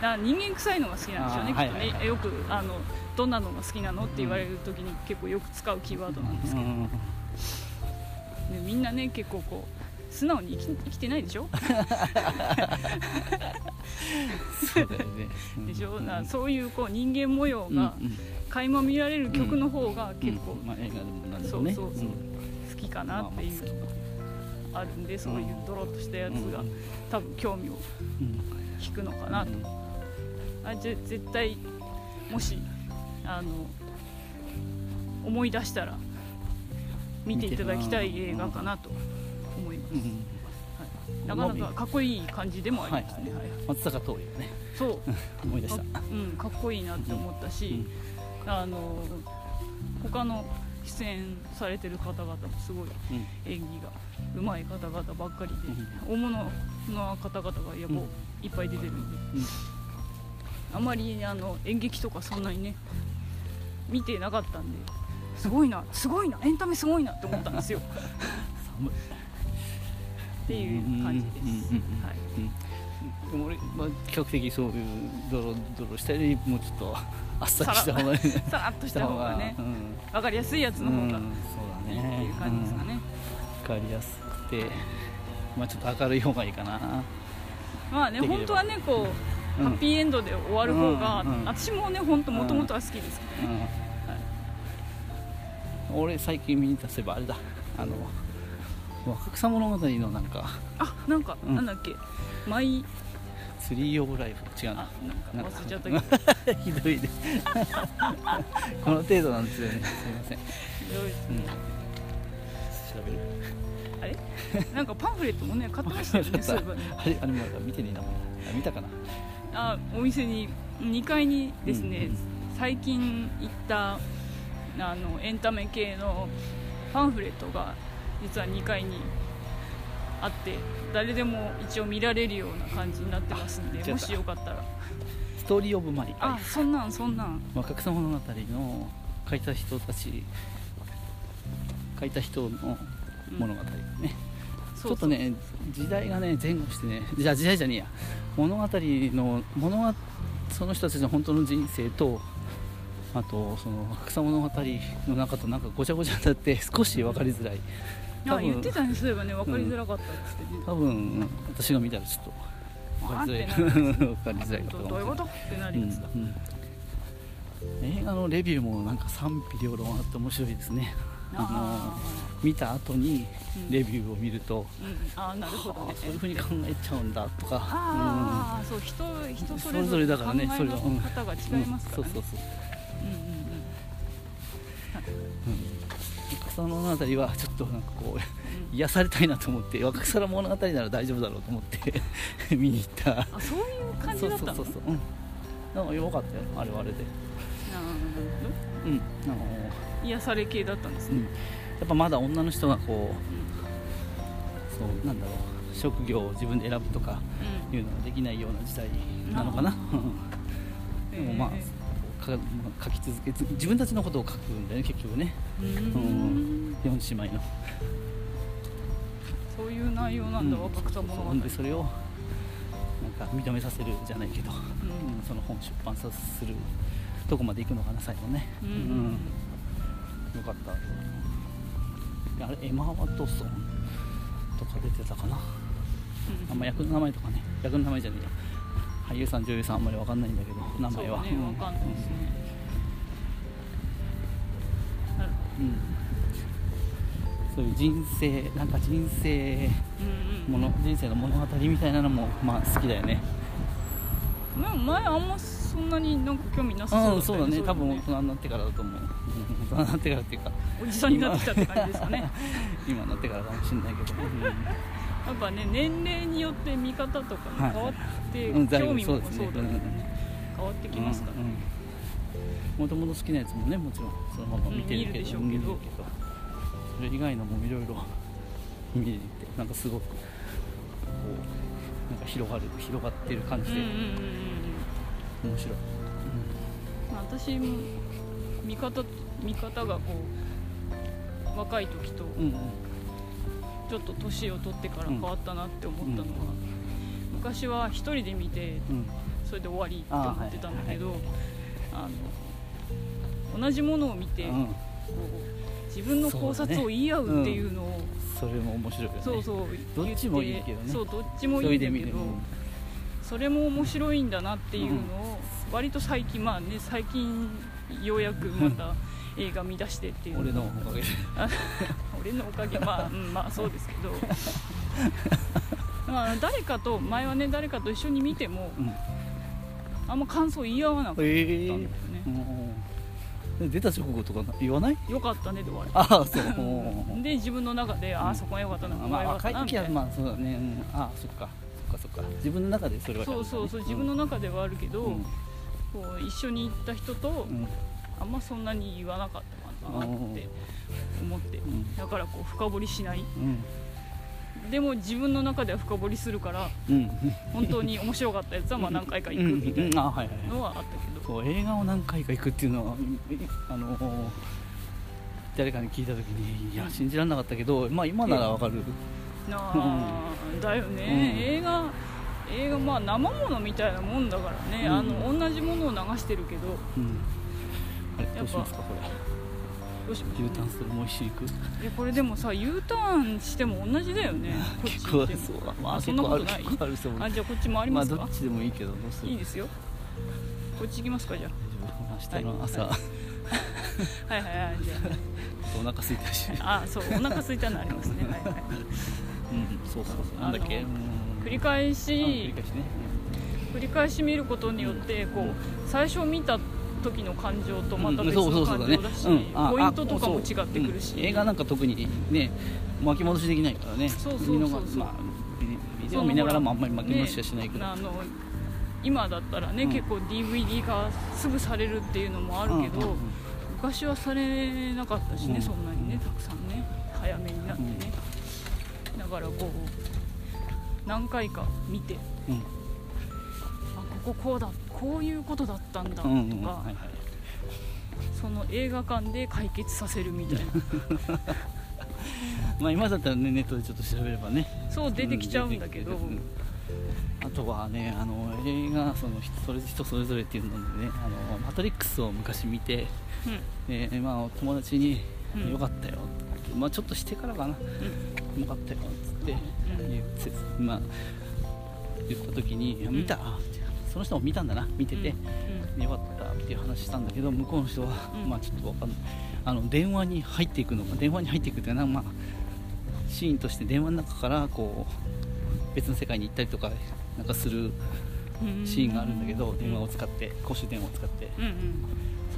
ら人間臭いのが好きなんでしょうねあーきっとね、はいはいはいよくあのどんなのが好きなのって言われる時に結構よく使うキーワードなんですけど、うんでみんなね結構こう素直に生き生きてないでしょ、そうだよねうんでしょ、うんだからそういうこう人間模様うんうんが垣間見られる曲の方が結構うんまあ映画でもなんでそもうねそうそう好きかなっていうのがあるんでそういうドロッとしたやつがうん多分興味をうん引くのかなとあぜ絶対もしあの思い出したら見ていただきたい映画かなと思います、うんなかなかかっこいい感じでもありますね、はいはい松坂桃李だね <laughs> そう思い出しかたうん、かっこいいなって思ったし、あの他の出演されてる方々もすごいうん演技が上手い方々ばっかりで、大物の方々がやっぱうんいっぱい出てるんで、うんあまりあの演劇とかそんなにね見てなかったんですごいなすごいなエンタメすごいなって思ったん <laughs> ですよ寒いっていう感じですうんうんうんうん。はいうん俺は比較的そういうドロドロしたよりもうちょっとあっさりした方がね <laughs> さらっとした方がねうん、分かりやすいやつのう方んがそういだいっねていう感じですかね、うんわかりやすくてまあちょっと明るい方がいいかなまあねできれば本当はねこう、うんハッピーエンドで終わる方が、うんうん私もね本当もともとは好きですけど、うん俺最近見に出せばあれだあの若草物語のなんかあなんか、うんなんだっけマイツリーオブライフ違うあな <laughs> なんか忘れちゃったけどなんかひどいですこの程度なんですよねすいませんいろいうん調べる <laughs> ろあれなんかパンフレットもね買ってましたよねそういえばねあれあれもなんか見てねえなもんあ見たかなあお店に2階にですね、うん最近行ったあのエンタメ系のパンフレットが実は2階にあって誰でも一応見られるような感じになってますんあ違っでたもしよかったらストーリー・オブ・マリあーそんなんそんなん若草物語の書いた人たち書いた人の物語ね、そうそうちょっとね時代がね前後してねじゃあ時代じゃねえや物語の物はその人たちの本当の人生とあとその若草物語の中となんかごちゃごちゃになって少し分かりづらい多あ分言ってたねそういえばね分かりづらかったっつってね、多分私が見たらちょっと分かりづらいあーっ <laughs> 分かりづらいかとど思どういううことってなうるんやつだ、うん映画のレビューもなんか賛否両論あって面白いですねああの見た後にうんレビューを見ると、ー、うん、あーなるほどあねーそういうふうに考えちゃうんだとか、ああ、そう人人そそれれぞぞれれだ考からねえそれがうんの方が違うんいますからねそうそうそううんうんうん若草の物語はちょっとなんかこう癒されたいなと思って若草の物語なら大丈夫だろうと思って <laughs> 見に行ったあそういう感じだったのそうそうそうそううんなんか良かったよあれはあれでなるうんなんかもほど癒され系だったんですう、うん、ね、やっぱまだ女の人がこうそうなんだろう職業を自分で選ぶとかうんいうのができないような時代なのかなあでもまあ、ええかまあ書き続けつ自分たちのことを書くんだよね結局ねうーんん4姉妹のそういう内容なんだ、う若草物語、うそうんでそれをなんか認めさせるじゃないけど、うんその本出版さするどこまで行くのかな最後ね、うんうんよかったであれエマ・ワトソンとか出てたかなあんま役の名前とかね役の名前じゃねえや俳優さん女優さんあんまり分かんないんだけど名前はそうねうんわかんないですね、なるほうんそういう人生なんか人生どうんうんもの人生の物語みたいなのもまあ好きだよねなんか前あんまそんなになんか興味なさうそうんそうだったねよ多分大人になってからだと思ううん大人になってからっていうかおじさんになってきたって感じですかね今になってからかもしれな <laughs> いけど、やっぱね年齢によって見方とかも変わって、はいうんだいぶ興味もそうだそうですけねどね変わってきますからね、もともと好きなやつもねもちろんそのまま見てるうん見るけでしょど,、うけどそれ以外のもいろいろ見れてなんかすごくこうなんか広がる広がってる感じうんでうんうんうん面白い、まあ私も見方見方がこう若い時とうんうんちょっと年を取ってから変わったなって思ったのは、うん昔は一人で見てうんそれで終わりって思ってたんだけどあ、の同じものを見て、うこんう自分の考察を言い合うっていうのをそれも面白いよねそうそうどっちもいい言ってけどねそうどっちもい急いいんだで見けるどのもそれも面白いんだなっていうのを割と最近まあね最近ようやくまた映画見出してっていう俺のお <laughs> かげで俺のおかげまあ、うん、まあそうですけ <laughs> どまあ誰かと前はね誰かと一緒に見てもうんあんま感想言い合わなかったんだよえね、え出た直後とか言わないよかったねで終わるああそう <laughs> うんで自分の中で、あうあんそこが良かったな、ここまがあ良かっ若たいなみ時たいはな、まあそうだね、うん、ああそっかそっかそっか自分の中でそれはやるそんうだねそうそう自分の中ではあるけど、うんこう一緒に行った人とうんあんまそんなに言わなかったかなって思って、んだからこう深掘りしないうんでも自分の中では深掘りするからうん本当に面白かったやつはまあ何回か行うくみたいんなあはいはいのはあったけど、そう映画を何回か行くっていうのはあの誰かに聞いた時にいや信じられなかったけどまあ今ならわかるなあだよね、うん映画映画まあ生ものみたいなもんだからね、うんあの同じものを流してるけどうんあれぱどうしますかこれどうします U ターンするもう一周行くいやこれでもさ U ターンしても同じだよ <laughs> ねこっち結行構ってあるもそうだまあそ結んな構こあとるない結構あるそうあじゃあこっちもありままあすどかっ、ちでもいいけどどうするいいですよこっち行きますかじゃあ大丈夫明日の朝、ははいはいはいじゃお腹空いたし、ああそうお腹空いたのありますね、はいはい、うん、そうそうそうなんだっけあのうん繰り返うん繰りし返しね繰り返し見ることによってこう最初見た時の感情とまた別うんそうのそう感そう情ねだし、うんあポイントとかもあ違ってくるし、そううん映画なんか特にね巻き戻しできないからねそうそうそうそう見逃まあ、ビビデそオの見ながらもあほんまり巻き戻しはしないけど、ねあの今だったらね、うん結構 DVD がすぐされるっていうのもあるけど、うんうんうん昔はされなかったしね、うんそんなにねたくさんね早めになってね、だからこう何回か見てうんあこここうだこういうことだったんだとか、うんうんうんはいはいその映画館で解決させるみたいなまあ今だったらねネットでちょっと調べればねそう出てきちゃうんだけど、うあとはねあの映画その人それ人それぞれっていうのでね「あのマトリックス」を昔見て、うねまあ、友達に「うんよかったよ」まあちょっとしてからかな「よかったよ」っつってうん言って、まあ、言った時にいや「うん見た」ってその人も見たんだな見ててうん、よかったっていう話したんだけど向こうの人は、うんまあちょっとわかんないあの電話に入っていくのか電話に入っていくっていうのはまあシーンとして電話の中からこう別の世界に行ったりとかなんかするうんシーンがあるんだけど、うん電話を使って公衆電話を使ってうんうん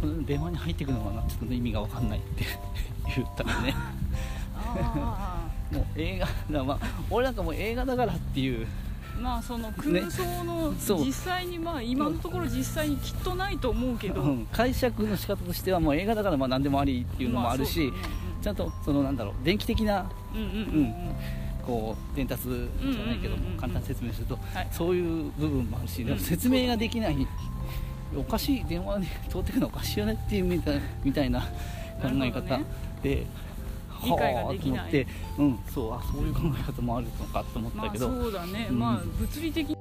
その電話に入っていくのはなちょっとね意味がわかんないって <laughs> 言ったのねあ <laughs> もう映画だ、まあ、俺なんかもう映画だからっていうーまあその空想のねそう実際にまあ今のところ実際にきっとないと思うけど、うん解釈の仕方としてはもう映画だからまあ何でもありっていうのもあるし、まちゃんとそのなんだろう電気的なあそうねうんうんうんこう伝達じゃないけどうんうんうんうん簡単に説明すると、はいそういう部分もあるしでうもん説明ができない、おかしい電話で通ってくのおかしいよねっていうみたいみたいな考なえるほど方ねで。理解ができないはあと思って、うん、そうあそういう考え方もあるのかと思っまたあけど、そうだね、うんまあ物理的に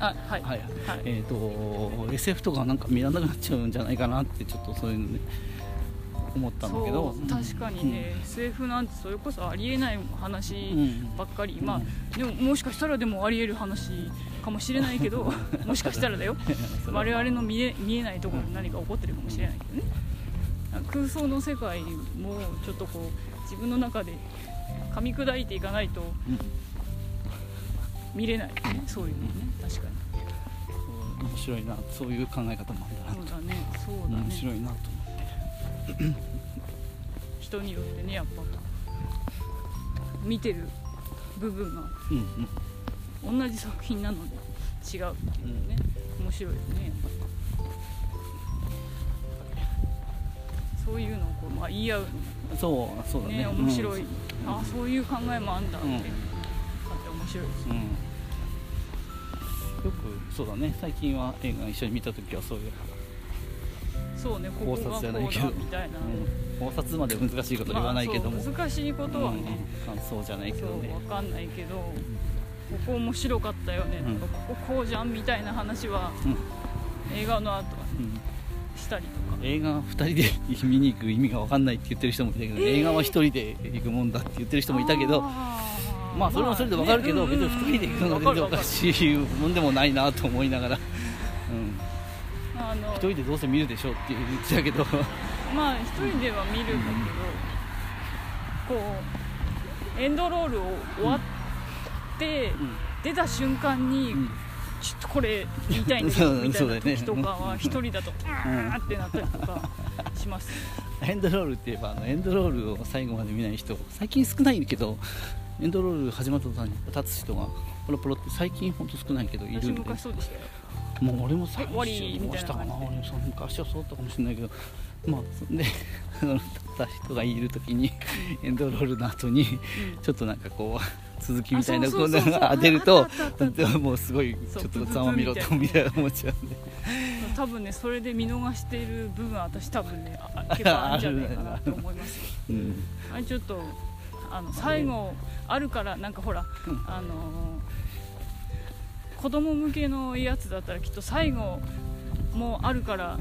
あはいははいいえー、と SF とかなんか見らなくなっちゃうんじゃないかなってちょっとそういうので思ったんだけどそう確かにね、SF なんてそれこそありえないうん話うんばっかり、まあでももしかしたらでもありえる話かもしれないけどもしかしたらだよそれは <laughs> 我々の見え見えないところに何か起こってるかもしれないけどね空想の世界もちょっとこう自分の中で噛み砕いていかないとうん見れないよねそういうのね確かそう面白いなそういう考え方もあるんだなにそうだねそうだ面ね白いなと思って人によってねやっぱ見てる部分がうん同じ作品なので違うっていうね、面白いよねそういうのをこう、まあ、言い合ううんそうそうのだもねね面白い、うんああそういう考えもあんだって、うんあって面白いですうんよくそうだね最近は映画一緒に見た時はそういう、そうねここ考が察こじゃうないけどだみたいな、うん、考察まで難しいこと言わないけども、まあそう難しいことはね、うん感想じゃないけそどうねわかんないけどここ面白かったよねとか、こここうじゃんみたいな話はうん、映画の後はうんしたりとか映画2人で見に行く意味が分かんないって言ってる人もいたけど、えー映画は1人で行くもんだって言ってる人もいたけどあーまあそれもそれで分かるけど、まあね別に2人で行くのうがんわ全然おかかるわかるしいもんでもないなと思いながら、うん、あの1人でどうせ見るでしょうって言ってたけど、まあ一人では見るんだけど、こうエンドロールを終わって、出た瞬間に、うんちょっとこれ言いたい <laughs> んだけどそうみたそいうだなよね時とかは一人だとあーってなったりとかします、エンドロールって言えばあのエンドロールを最後まで見ない人最近少ないけどエンドロール始まった途端に立つ人がポロポロって最近ほんと少ないけ <laughs> どいる私んで昔そうでしたよもう俺も最終わりみたいなか感じなで俺もそう昔はそうだったかもしれないけどまあそんでその立った人がいる時にエンドロールの後にちょっとなんかこう続きみたいなあそこうんそうなそうのが出るあとったあったあったもうすごいそうちょっとざまみろとブブみみたたいいな思っちゃうんで多分ねそれで見逃してる部分は私多分 <laughs> ねあ結構あるんじゃないかなと思いますようんあれちょっとあの最後あるからなんかほら、うんあのー子供向けのやつだったらきっと最後もあるから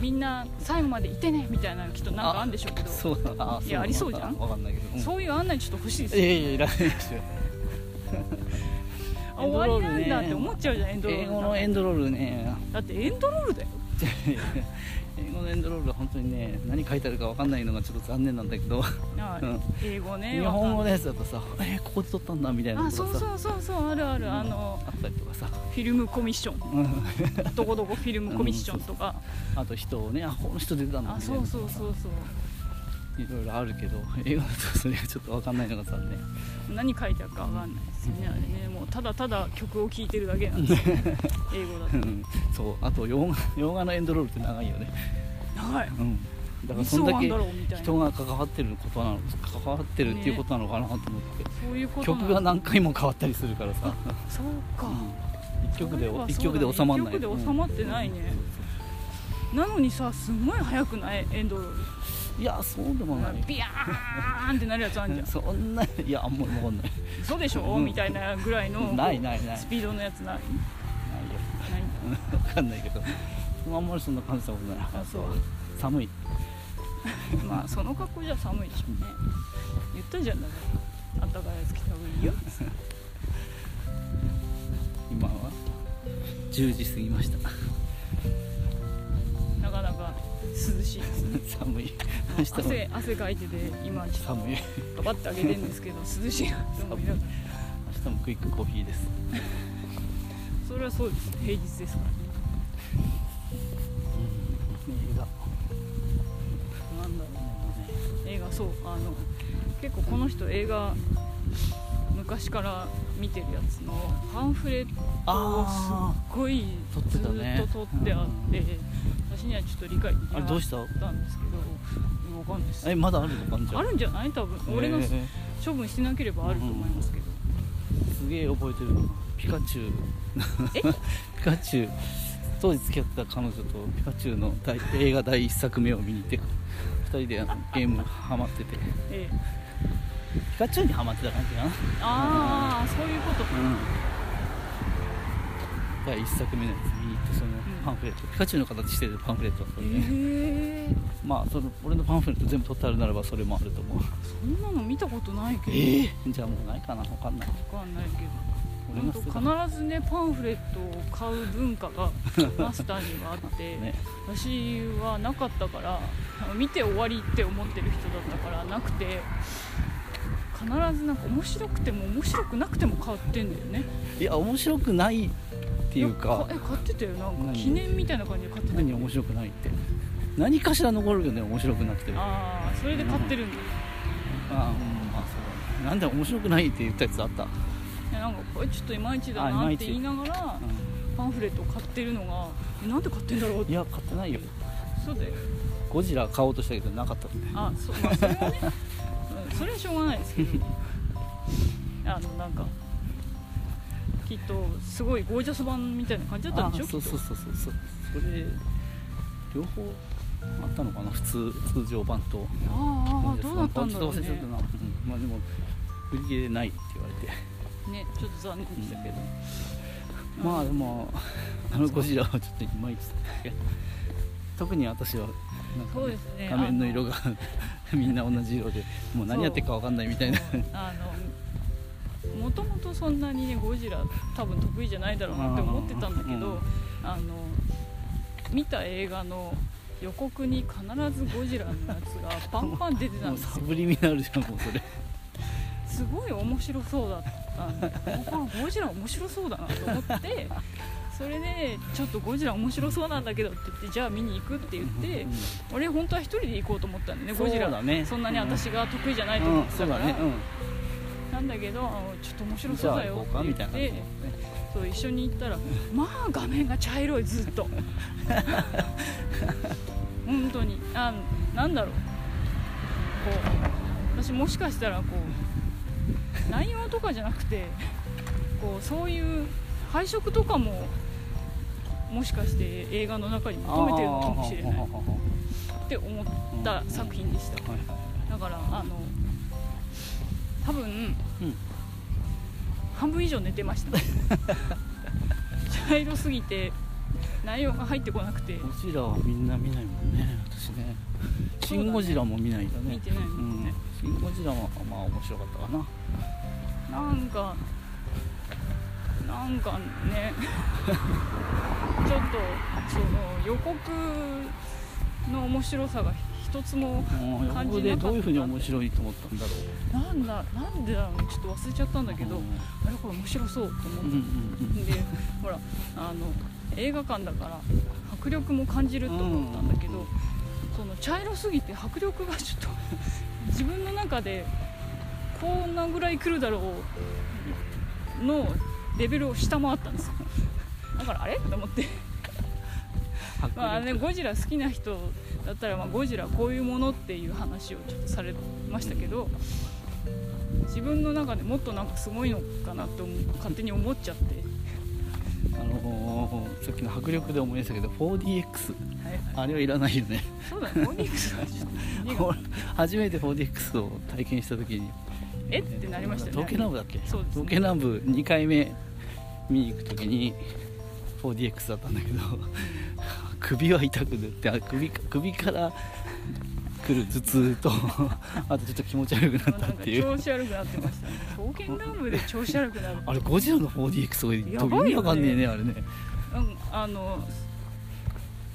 みんな最後までいてねみたいなのきっとなんかあるんでしょうけどそそうだあいやありそうじゃんわかんないけどううんいう案内ちょっと欲しいですいよ、やいやいらないですよあ終わりなんだって思っちゃうじゃんエンドロー英ル語のエンドロールね <laughs> だってエンドロールだよ英語のエンドロールは本当にね何書いてあるか分かんないのがちょっと残念なんだけどあうん英語ね日本語のやつだとさ「えーここで撮ったんだ」みたいなあとそこうがさそうそうそうあるある、うんあのあったりとかさ、フィルムコミッションうん、どこどこフィルムコミッションとか、あと人をねあこの人出てたんだあみたいそなうそうそうそういろいろあるけど英語だとそれがちょっと分かんないのがさね何書いてあるかわかんないですよねあれねもうただただ曲を聴いてるだけなんですよ英語だとうんそうあと洋画洋画のエンドロールって長いよね、長いうん、だからいつそん終だわんけだろうみたいな人が関わってることなの関わってるっていうことなのかなと思って、そういうことな曲が何回も変わったりするからさ、そうか、うん、一曲でそういえば一曲で収まらない一曲で収まってないねなのにさすごい速くないエンドロールうんいやそうでもないビヤーンってなるやつあんじゃんそんないやあんまり残んない嘘でしょ、うんみたいなぐらいのないないないスピードのやつないないよないうんわかんないけどあんまりそんな感じたことないあそう寒いまあその格好じゃ寒いでしょうね言ったじゃんだからあったかいやつ着た方がいいよ今は10時過ぎましたなかなか涼しいですね寒い明日汗も汗かいてて今ちょっ寒いとパパッてあげてるんです <laughs> けど涼しいなって思いながら明日もクイックコーヒーですそれはそうです平日ですからね映画なんだろう映画そうあの結構この人映画昔から見てるやつのパンフレットをすあっごい撮ってずたねっと撮ってあって私にはちょっと理解できなあれかどうっしたたんですけどわかんないですえまだあるのかんじゃあるんじゃない多分俺のえー処分してなければあると思いますけどすげえ覚えてるなピカチュウえ <laughs> ピカチュウ当時付き合ってた彼女とピカチュウの大映画第一作目を見に行って2人であのゲームハマっててピええカチュウにハマってた感じかなああそういうことうん第一作目のやつ見に行ってそのパンフレット、ピカチュウの形してるパンフレットそれねええまあその俺のパンフレット全部取ってあるならばそれもあると思うそんなの見たことないけどええじゃあもうないかなわかんないわかんないけど俺が捨てた本当必ずねパンフレットを買う文化がマスターにはあって、ね私はなかったから見て終わりって思ってる人だったからなくて必ずなんか面白くても面白くなくても買ってんだよねいや面白くないっていうかえ買ってたよなんか何記念みたいな感じで買ってた何面白くないって何かしら残るよね面白くなくてもああそれで買ってるんだよ、あうんまあそうだねなんで面白くないって言ったやつあった、うんいやなんかこれちょっといまいちだあいまなっいてち言いながらパンフレットを買ってるのがえなんで買ってんだろうっいてや買ってないよそうだよゴジラ買おうとしたけどなかったってあそう、まあ、それはね、うん、それはしょうがないですけど <laughs> あのなんかきっとすごいゴージャス版みたいな感じだったんでしょあそうそうそうそうそうそれ両方あったのかな普通通常版とああゴジどラうだったんだろ版うちょっと忘れちゃったな、ねうんまあでも売り切れないって言われてねちょっと残念でしたけど、まあでもあのゴジラはちょっといまいちだったけど特に私はなんかそうね、ですね画面の色が <laughs> みんな同じ色でもう何やってるか分かんないみたいなあのもともとそんなにねゴジラ多分得意じゃないだろうなって思ってたんだけうんどあの見た映画の予告に必ずゴジラのやつがバンバン出てたもんうですサよブリミナルじゃんもうそれすごい面白そうだったんであゴジラ面白そうだなと思ってそれでちょっとゴジラ面白そうなんだけどって言ってじゃあ見に行くって言って俺本当は一人で行こうと思ったんだよねゴジそうラだねそんなに私が得意じゃないとう思んっ、てそたうかだねらなんだけどあのちょっと面う白んじそうゃあだ行よこうかってみた言いっな感じてそう一緒に行った <laughs> らまあ画面が茶色いずっと本当にあなんだろうこう私もしかしたらこう内容とかじゃなくてこうそういう配色とかももしかして映画の中に求めてるのかもしれないって思った作品でしたはいはだからあの多分いうん半分以上寝てました茶色すぎて内容が入ってこなくてゴジラはみんな見ないもんね私ねそうだシねン・ゴジラも見ないんだね見てないもんねうん、シン・ゴジラはまあ面白かったかななんかなんかねちょっとその予告の面白さが一つももう感横じでなかどったういうふうに面白いと思ったんだろうなんだなんでだろうちょっと忘れちゃったんだけどあれこれ面白そうと思うんうっんて、うんでほらあの映画館だから迫力も感じると思ったんだけど、うんその茶色すぎて迫力がちょっと自分の中でこんなぐらい来るだろうのレベルを下回ったんですよだからあれと思って迫力まあね、ゴジラ好きな人だったら、まあ、ゴジラこういうものっていう話をちょっとされましたけど自分の中でもっとなんかすごいのかなって思う勝手に思っちゃって、あのーさっきの迫力で思い出したけど 4DX はいはい、あれはいらないよねそうだねフォニックスはちょっと目が初めて 4DX を体験した時にえってなりましたよね東京南部だっけそうですね東京南部2回目見に行く時に 4DX だったんだけど <laughs> 首は痛くなってあ首か首から来る頭痛と <laughs> あとちょっと気持ち悪くなったっていなうんか調子悪くなってましたね刀剣ダムで調子悪く <laughs> なるあれゴジラの 4DX を入れやてばい意よね味わかんねえねあれねうんあの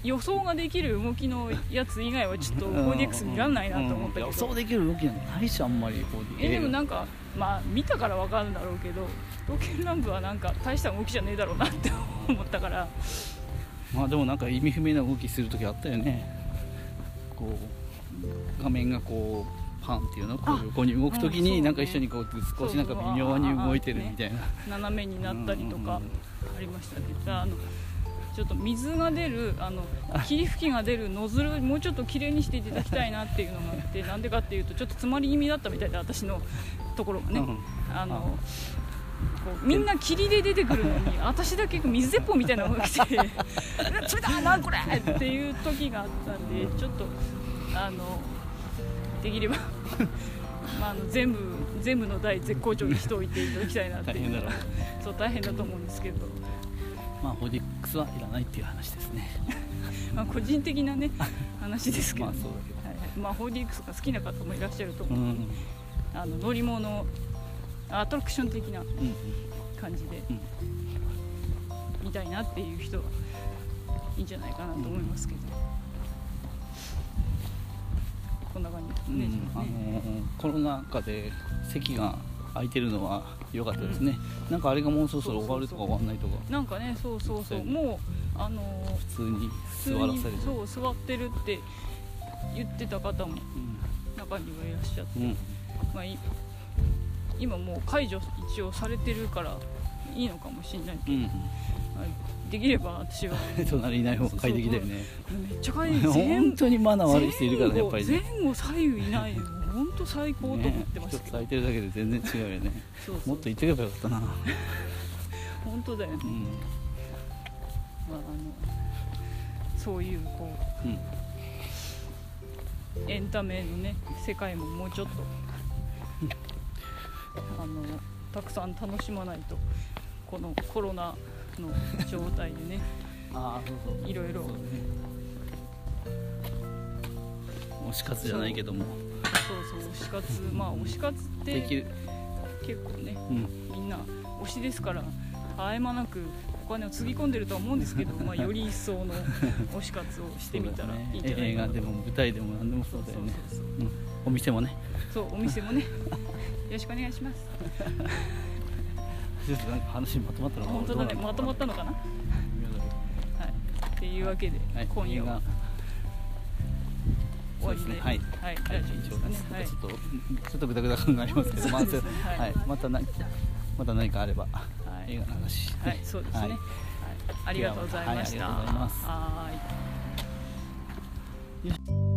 予想ができる動きのやつ以外はちょっとうん 4DX 見らんないなと思ったけど、うん予想できる動きなんてないしあんまり 4DX えでもなんかまあ見たからわかるんだろうけど刀剣乱舞はなんか大した動きじゃねえだろうなって思ったからまあでもなんか意味不明な動きする時あったよねこう画面がこうパンっていうのこう横に動く時うんそうにねなんか一緒にこう少しなんか微妙に動いてるみたいな斜めになったりとかうんうんありましたねあのちょっと水が出るあの霧吹きが出るノズルもうちょっと綺麗にしていただきたいなっていうのがあ <laughs> ってなんでかっていうとちょっと詰まり気味だったみたいで私のところがね、うんあのこうみんな霧で出てくるのに私だけ水鉄砲みたいなのが来て「うわ冷たいなこれ!」っていう時があったんでちょっとあのでき <laughs> ればまああの全部全部の台絶好調にしておいていただきたいなって大い変うだろうそう大変だと思うんですけど、まあ 4DX はいらないっていう話ですねまあ、個人的なね話ですけど、まあはいそうだけどまあ、4DX が好きな方もいらっしゃるとう思んう、うんあの乗り物アトラクション的なうん感じでうん見たいなっていう人はいいんじゃないかなと思いますけど、こんな感じですうね,、んあのーコロナ禍で席が空いてるのは良かったですねなんかあれがもうそろそろ終わるとか終わんないとかなんかねそうそうそうもうあのー普通に普通座らにされてそう座ってるって言ってた方も中にはいらっしゃって、うんうんまあ、い今もう解除一応されてるからいいのかもしれないけうんど、まあできれば私 <laughs> は隣いない方が快適だよねめっちゃ快適 <laughs> 本当にマナー悪い人いるから前ねや後っぱりね前後左右いないの本当最高と思ってますねけ一つど、空いてるだけで全然違うよねそうそうもっと行ってけばよかったな本当だよね、うん、まあ、あのそういうこうん、うエンタメのね世界ももうちょっとあのたくさん楽しまないとこのコロナの状態でねああそうそういろいろそうね推し活じゃないけどもそうそう推し活まあ推し活っできてる結構ねうんみんな推しですから絶え間なくお金をつぎ込んでるとは思うんですけ <laughs> ど、まあ、より一層の推し活をしてみたらいいんじゃないかなそうだね映画でも舞台でも何でもそうだよねそうそうそううん、お店もねそうお店 <laughs> もねよろしくお願いしますちょっとなんか話まとまったのかな本当だねどうなまのとまったのかなはいっていうわけで、はい今夜映は画終わりそうでですねはいはい、はい、大丈夫ですかねちょはいっと、ちょっとグダグダ感がありますけど、まあそうですねはいはいまたな、また何かあれば、い映画の話、はいそうですね、ははいいありがとうございましたはいありがとうございますはーい